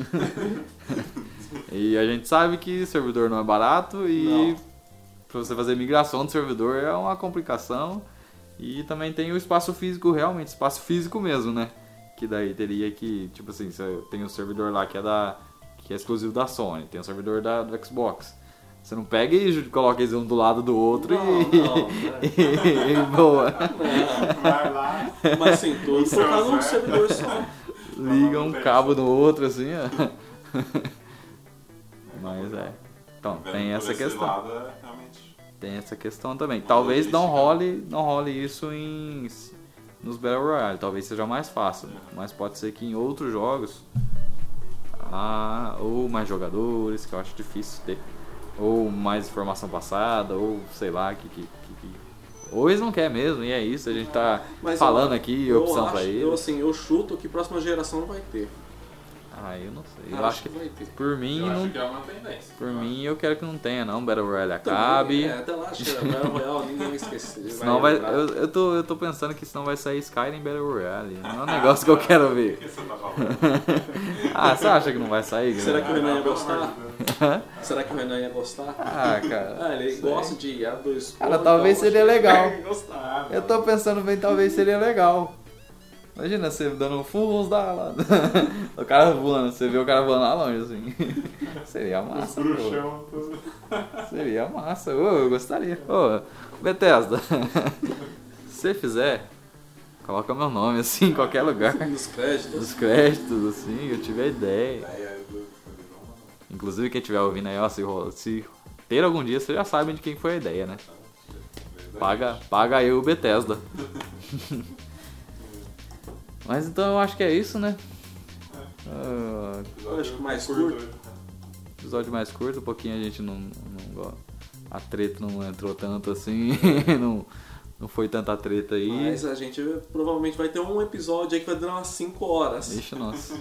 Speaker 1: E a gente sabe que servidor não é barato e
Speaker 3: Não.
Speaker 1: pra você fazer migração do servidor é uma complicação. E também tem o espaço físico, realmente, espaço físico mesmo, né? Que daí teria que, tipo assim, você tem um servidor lá que é da que é exclusivo da Sony, tem o servidor da do Xbox. Você não pega e ju- coloca eles um do lado do outro
Speaker 3: Não,
Speaker 1: e,
Speaker 3: não, né?
Speaker 1: e, boa.
Speaker 2: Vai lá.
Speaker 3: Mas assim, todos
Speaker 1: é
Speaker 3: colocar num servidor só.
Speaker 1: Liga um cabo no outro assim, ó. Mas é. Então,
Speaker 2: Vendo
Speaker 1: tem
Speaker 2: por
Speaker 1: essa
Speaker 2: esse
Speaker 1: questão.
Speaker 2: lado, é realmente.
Speaker 1: Tem essa questão também.
Speaker 2: Uma
Speaker 1: Talvez não
Speaker 2: logística.
Speaker 1: role, não role isso em nos Battle Royale, talvez seja mais fácil,
Speaker 2: É.
Speaker 1: mas pode ser que em outros jogos ah, ou mais jogadores, que eu acho difícil ter, ou mais informação passada, ou sei lá, que que, que- que- ou eles não querem mesmo, e é isso, a gente tá
Speaker 3: Mas
Speaker 1: falando aqui opção
Speaker 3: acho-
Speaker 1: pra eles.
Speaker 3: Eu assim, eu chuto que próxima geração não vai ter.
Speaker 1: Ah, eu não sei.
Speaker 3: Eu
Speaker 1: Eu acho que
Speaker 3: vai ter.
Speaker 1: por mim
Speaker 2: Eu
Speaker 1: não,
Speaker 2: acho que é uma tendência.
Speaker 1: por
Speaker 2: Eu
Speaker 1: mim eu quero que não tenha não Battle Royale
Speaker 3: Também,
Speaker 1: acabe.
Speaker 3: É, até lá chega, Battle Royale, ninguém vai esquecer.
Speaker 1: Senão vai,
Speaker 3: lembrar.
Speaker 1: eu, eu, tô, eu tô pensando que senão vai sair Skyrim Battle Royale. Não é um negócio que eu quero
Speaker 2: acho
Speaker 1: ver.
Speaker 2: que você tá falando.
Speaker 1: Ah, você acha que não vai sair,
Speaker 3: Será
Speaker 1: galera?
Speaker 3: que o Renan ia
Speaker 2: Ah, pelo
Speaker 3: gostar?
Speaker 2: amor de Deus.
Speaker 3: Será que o Renan ia gostar?
Speaker 1: Ah, cara.
Speaker 3: Ah, ele
Speaker 1: sei.
Speaker 3: gosta de ar do escuro.
Speaker 1: Cara, talvez
Speaker 3: então,
Speaker 1: seria legal.
Speaker 2: Vai gostar,
Speaker 1: Eu
Speaker 2: né?
Speaker 1: tô pensando bem, talvez seria legal. Imagina você dando um full uns da lá. O cara voando, você vê o cara voando lá longe assim. Seria
Speaker 2: Os
Speaker 1: massa, pô.
Speaker 2: bruxão, tudo.
Speaker 1: Seria massa. Ô, eu gostaria. Ô, Bethesda. Se você fizer, coloca meu nome assim em qualquer lugar.
Speaker 3: Nos créditos. É,
Speaker 1: Nos créditos, assim, eu tive a ideia.
Speaker 2: Aí, aí, eu- eu-
Speaker 1: Inclusive, quem estiver ouvindo aí, ó, se, ro- se ter algum dia, vocês já sabem de quem foi a ideia, né? Paga, paga eu o Bethesda. Mas então eu acho que é isso, né? Ah,
Speaker 2: Episódio
Speaker 3: Acho que mais
Speaker 1: episódio mais curto, um pouquinho a gente não, não. go- A treta não entrou tanto assim, não, não foi tanta treta aí.
Speaker 3: Mas a gente provavelmente vai ter um episódio aí que vai durar umas 5 horas.
Speaker 1: Ixi, nossa.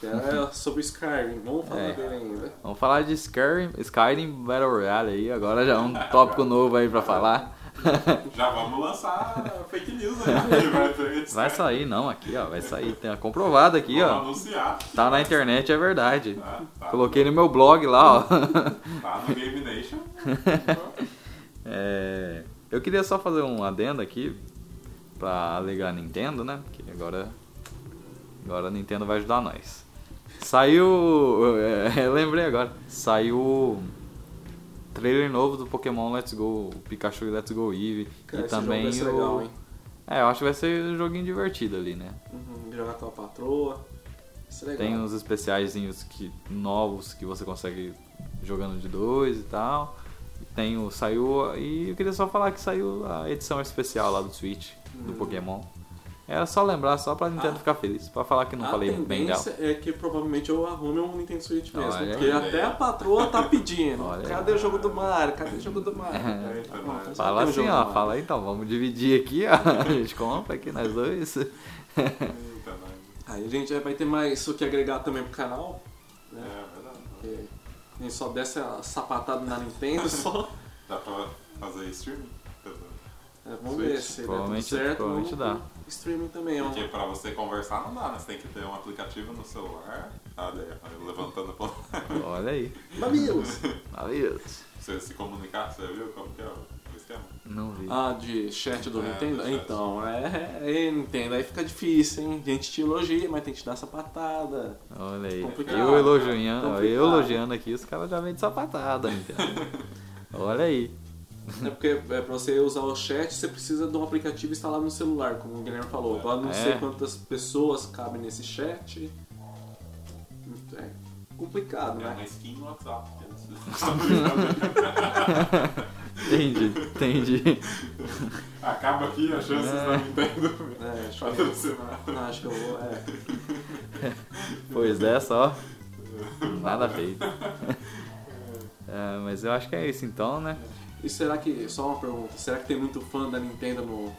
Speaker 3: Que é sobre Skyrim. Vamos falar
Speaker 1: É.
Speaker 3: dele ainda.
Speaker 1: Vamos falar de Skyrim, Skyrim Battle Royale aí, agora já é um tópico novo aí pra falar.
Speaker 2: Já vamos lançar fake news aí. né? Vai, ter-
Speaker 1: Vai sair, não, aqui, ó, vai sair. Tem a comprovada aqui,
Speaker 2: Vamos
Speaker 1: ó.
Speaker 2: anunciar.
Speaker 1: Tá na internet, é verdade.
Speaker 2: Tá, tá,
Speaker 1: Coloquei no meu blog lá, ó.
Speaker 2: tá no Game Nation.
Speaker 1: É, eu queria só fazer um adendo aqui pra alegar a Nintendo, né? Porque agora, agora a Nintendo vai ajudar nós. é, Saiu. é, lembrei agora. Saiu trailer novo do Pokémon Let's Go, o Pikachu e Let's Go Eevee.
Speaker 3: Cara,
Speaker 1: e
Speaker 3: esse
Speaker 1: também
Speaker 3: jogo vai ser
Speaker 1: o.
Speaker 3: legal, hein?
Speaker 1: É, eu acho que vai ser um joguinho divertido ali, né?
Speaker 3: Uhum, jogar com a patroa. Isso é legal.
Speaker 1: Tem uns especiaizinhos que, novos que você consegue jogando de dois e tal. E Tem o. Saiu. E eu queria só falar que saiu a edição especial lá do Switch, do
Speaker 3: Hum.
Speaker 1: Pokémon. Era só lembrar, só pra Nintendo
Speaker 3: Ah.
Speaker 1: ficar feliz. Pra falar que não
Speaker 3: a
Speaker 1: falei bem dela.
Speaker 3: tendência é que provavelmente eu arrume um Nintendo Switch mesmo.
Speaker 1: Olha.
Speaker 3: porque até a patroa tá pedindo.
Speaker 1: Olha.
Speaker 3: Cadê o jogo do Mario? Cadê o jogo do Mario?
Speaker 2: É,
Speaker 3: Tá
Speaker 2: então,
Speaker 3: bom,
Speaker 2: né?
Speaker 3: tá
Speaker 1: Fala
Speaker 3: Tem um
Speaker 1: assim,
Speaker 3: jogo
Speaker 1: ó.
Speaker 3: do
Speaker 1: Fala então, vamos dividir aqui, ó. A gente compra aqui nós dois.
Speaker 2: Então, né?
Speaker 3: Aí a gente vai ter mais o que agregar também pro canal.
Speaker 2: É, verdade.
Speaker 3: Porque a gente só desce a sapatada na Nintendo só.
Speaker 2: Dá pra fazer streaming. entendeu?
Speaker 3: É, vamos
Speaker 2: Switch.
Speaker 3: ver se der tudo
Speaker 1: Provavelmente-
Speaker 3: certo.
Speaker 1: provavelmente
Speaker 3: vamos pro Streaming também, ó.
Speaker 2: Porque pra você conversar não dá, né? Você tem que ter um aplicativo no celular. Ah, daí, eu levantando a mão.
Speaker 1: Olha aí.
Speaker 3: Mamilos!
Speaker 1: Valeu.
Speaker 2: Você se comunicar, você viu como que é o esquema?
Speaker 1: Não vi.
Speaker 3: Ah, de chat do
Speaker 2: É,
Speaker 3: Nintendo?
Speaker 2: do chat.
Speaker 3: Então, é, é, Nintendo, aí fica difícil, hein? A gente te elogia, mas tem que te dar sapatada.
Speaker 1: Olha aí.
Speaker 3: Complicado,
Speaker 1: eu elogiando,
Speaker 3: cara.
Speaker 1: eu
Speaker 3: Complicado.
Speaker 1: elogiando aqui, os caras já vêm de sapatada, entendeu? Olha aí.
Speaker 3: É porque é, pra você usar o chat, você precisa de um aplicativo instalado no celular, como o Guilherme falou. Agora não
Speaker 1: É.
Speaker 3: sei quantas pessoas cabem nesse chat. É complicado,
Speaker 2: É uma
Speaker 3: né?
Speaker 2: skin no WhatsApp. que eles-
Speaker 1: Entendi, entendi.
Speaker 2: Acaba aqui as chances da
Speaker 1: né?
Speaker 2: Nintendo
Speaker 3: É, acho que
Speaker 2: patrocinar.
Speaker 3: eu, acho que eu vou. É.
Speaker 1: Pois é, só. Nada feito. É, mas eu acho que é isso então, né?
Speaker 3: E será que. Só uma pergunta, será que tem muito fã da Nintendo no.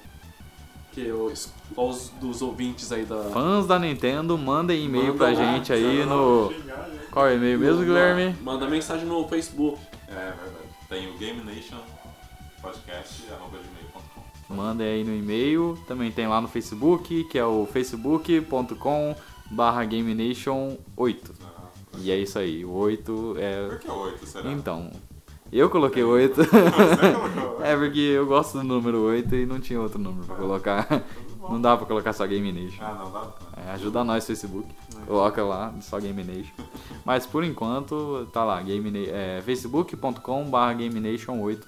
Speaker 3: Que eu, es- aos dos ouvintes aí da.
Speaker 1: Fãs da Nintendo, mandem e-mail
Speaker 3: Manda
Speaker 1: pra
Speaker 3: lá,
Speaker 1: gente aí
Speaker 2: Você não
Speaker 1: no.
Speaker 2: xingar, né?
Speaker 1: Qual é o e-mail mesmo,
Speaker 3: Manda-
Speaker 1: Guilherme?
Speaker 3: Manda mensagem no Facebook.
Speaker 2: É verdade. Tem o Game Nation podcast, arroba gmail.com.
Speaker 1: Mandem aí no e-mail. Também tem lá no Facebook, que é o facebook.com barra GameNation8.
Speaker 2: Ah,
Speaker 1: E é isso aí, o 8 é
Speaker 2: Por que oito, será?
Speaker 1: Então, eu coloquei 8.
Speaker 2: Você colocou?
Speaker 1: é porque eu gosto do número 8 e não tinha outro número pra colocar. Não dá pra colocar só Game Nation.
Speaker 2: Ah, não dá.
Speaker 1: É, ajuda nós, Facebook. Coloca lá, só Game Nation. Mas por enquanto, tá lá, Game Na- é, facebook.com.br Game Nation 8.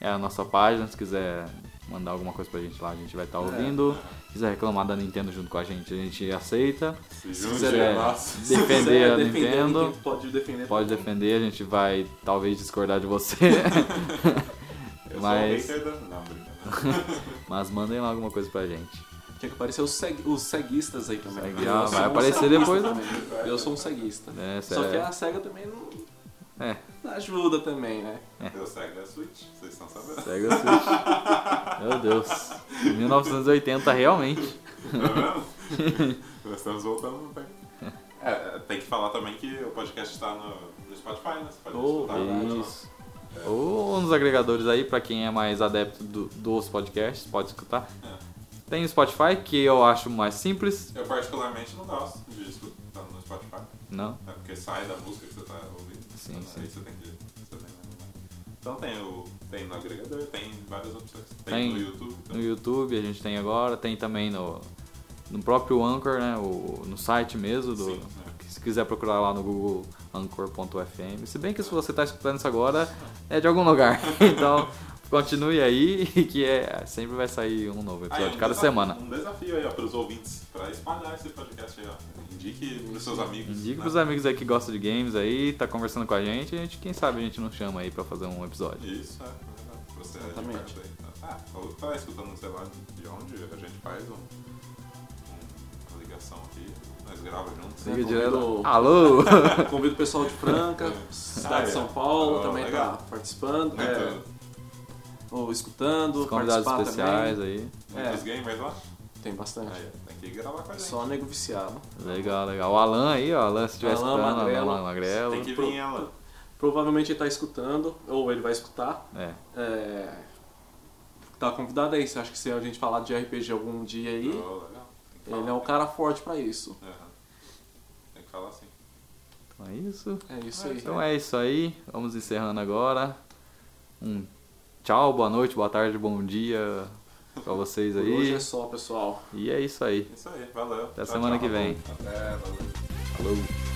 Speaker 1: É a nossa página, se quiser mandar alguma coisa pra gente lá, a gente vai estar
Speaker 3: É.
Speaker 1: ouvindo.
Speaker 2: É.
Speaker 1: Se quiser reclamar da Nintendo junto com a gente, a gente aceita.
Speaker 2: Se
Speaker 1: Se
Speaker 2: junte
Speaker 1: quiser
Speaker 2: a nós.
Speaker 1: defender
Speaker 3: Se
Speaker 1: a
Speaker 3: quiser É, defender a
Speaker 1: Nintendo,
Speaker 3: Pode defender.
Speaker 1: pode defender, a gente vai talvez discordar de você.
Speaker 2: Eu
Speaker 1: Mas-
Speaker 2: sou o hater da... Não, brincadeira.
Speaker 1: Mas mandem lá alguma coisa pra gente.
Speaker 3: Tinha que aparecer os, seg... os ceguistas aí também.
Speaker 1: Segue-
Speaker 3: Eu
Speaker 1: ah,
Speaker 3: sou
Speaker 1: vai
Speaker 3: um
Speaker 1: aparecer
Speaker 3: ceguista
Speaker 1: depois, né?
Speaker 3: também. Eu sou um ceguista.
Speaker 1: É,
Speaker 3: Só que
Speaker 1: sério.
Speaker 3: a SEGA também não
Speaker 1: É.
Speaker 3: não ajuda também, né?
Speaker 2: Eu saio da Switch, vocês estão sabendo. Tá
Speaker 1: Segue o Switch. Meu Deus. 1980 realmente.
Speaker 2: Tá vendo? Nós estamos voltando no tempo. É, tem que falar também que o podcast está no, no Spotify, né? Você pode
Speaker 3: Oh,
Speaker 2: escutar lá.
Speaker 1: Isso.
Speaker 2: É.
Speaker 1: Ou nos agregadores aí, pra quem é mais adepto do- dos podcasts, pode escutar. Tem o Spotify, que eu acho mais simples.
Speaker 2: É. Eu particularmente não gosto de escutar no Spotify.
Speaker 1: Não.
Speaker 2: É porque sai da música que você tá ouvindo.
Speaker 1: Sim,
Speaker 2: então,
Speaker 1: sim.
Speaker 2: Aí você tem que. Você tem que- então tem, o, tem no agregador, tem várias opções. Tem,
Speaker 1: Tem.
Speaker 2: no YouTube
Speaker 1: No
Speaker 2: também.
Speaker 1: YouTube a gente tem agora, tem também no, no próprio Anchor, né? O, no site mesmo do,
Speaker 2: Sim, né?
Speaker 1: Se quiser procurar lá no Google Anchor.fm. Se bem que se você está escutando isso agora, é de algum lugar. Então, continue aí que é, sempre vai sair um novo
Speaker 2: Aí,
Speaker 1: episódio
Speaker 2: um
Speaker 1: cada
Speaker 2: desafio-
Speaker 1: semana.
Speaker 2: Um desafio aí, ó, pros ouvintes, pra espalhar esse podcast aí, ó. Indique pros seus amigos.
Speaker 1: Indica
Speaker 2: né?
Speaker 1: pros amigos aí que gostam de games aí, tá conversando com a gente, a gente, quem sabe a gente não chama aí pra fazer um episódio.
Speaker 2: Isso, é. é, Você é de
Speaker 3: Exatamente.
Speaker 2: perto aí. Ah, ou tá escutando, sei lá, de onde a gente faz um, uma ligação aqui, nós gravamos juntos. né?
Speaker 1: Liga
Speaker 3: Eu
Speaker 1: direto.
Speaker 3: convido-
Speaker 1: Alô!
Speaker 3: Convido o pessoal de Franca,
Speaker 2: Ah, é.
Speaker 3: cidade de São Paulo,
Speaker 2: Ah,
Speaker 3: também
Speaker 2: legal.
Speaker 3: tá participando,
Speaker 2: Muito-
Speaker 3: é, ou escutando,
Speaker 1: Convidados
Speaker 3: participar
Speaker 1: especiais
Speaker 3: também.
Speaker 1: aí.
Speaker 2: Muitos gamers lá?
Speaker 3: Tem bastante.
Speaker 2: Aí, tem que gravar com a gente.
Speaker 3: é. Só nego viciado.
Speaker 1: Legal, legal. O Alan aí, ó. Alan, se estiver
Speaker 3: Alan
Speaker 1: escutando,
Speaker 3: Magrelo.
Speaker 1: Alan Magrelo.
Speaker 2: tem que vir ela.
Speaker 3: Provavelmente ele tá escutando, ou ele vai escutar.
Speaker 1: É.
Speaker 3: É, tá convidado aí, você acha que se a gente falar de RPG algum dia aí,
Speaker 2: Oh, legal. Tem que
Speaker 3: ele é
Speaker 2: falar.
Speaker 3: o cara forte pra isso.
Speaker 2: Aham. Tem que falar assim.
Speaker 1: Então é isso.
Speaker 3: É isso aí.
Speaker 1: Então é isso aí, vamos encerrando agora. Um tchau, boa noite, boa tarde, bom dia pra vocês
Speaker 3: Por hoje
Speaker 1: aí.
Speaker 3: é só, pessoal.
Speaker 1: E é isso aí.
Speaker 2: Isso aí, valeu.
Speaker 1: Até semana que vem.
Speaker 2: Até, valeu.
Speaker 1: Falou.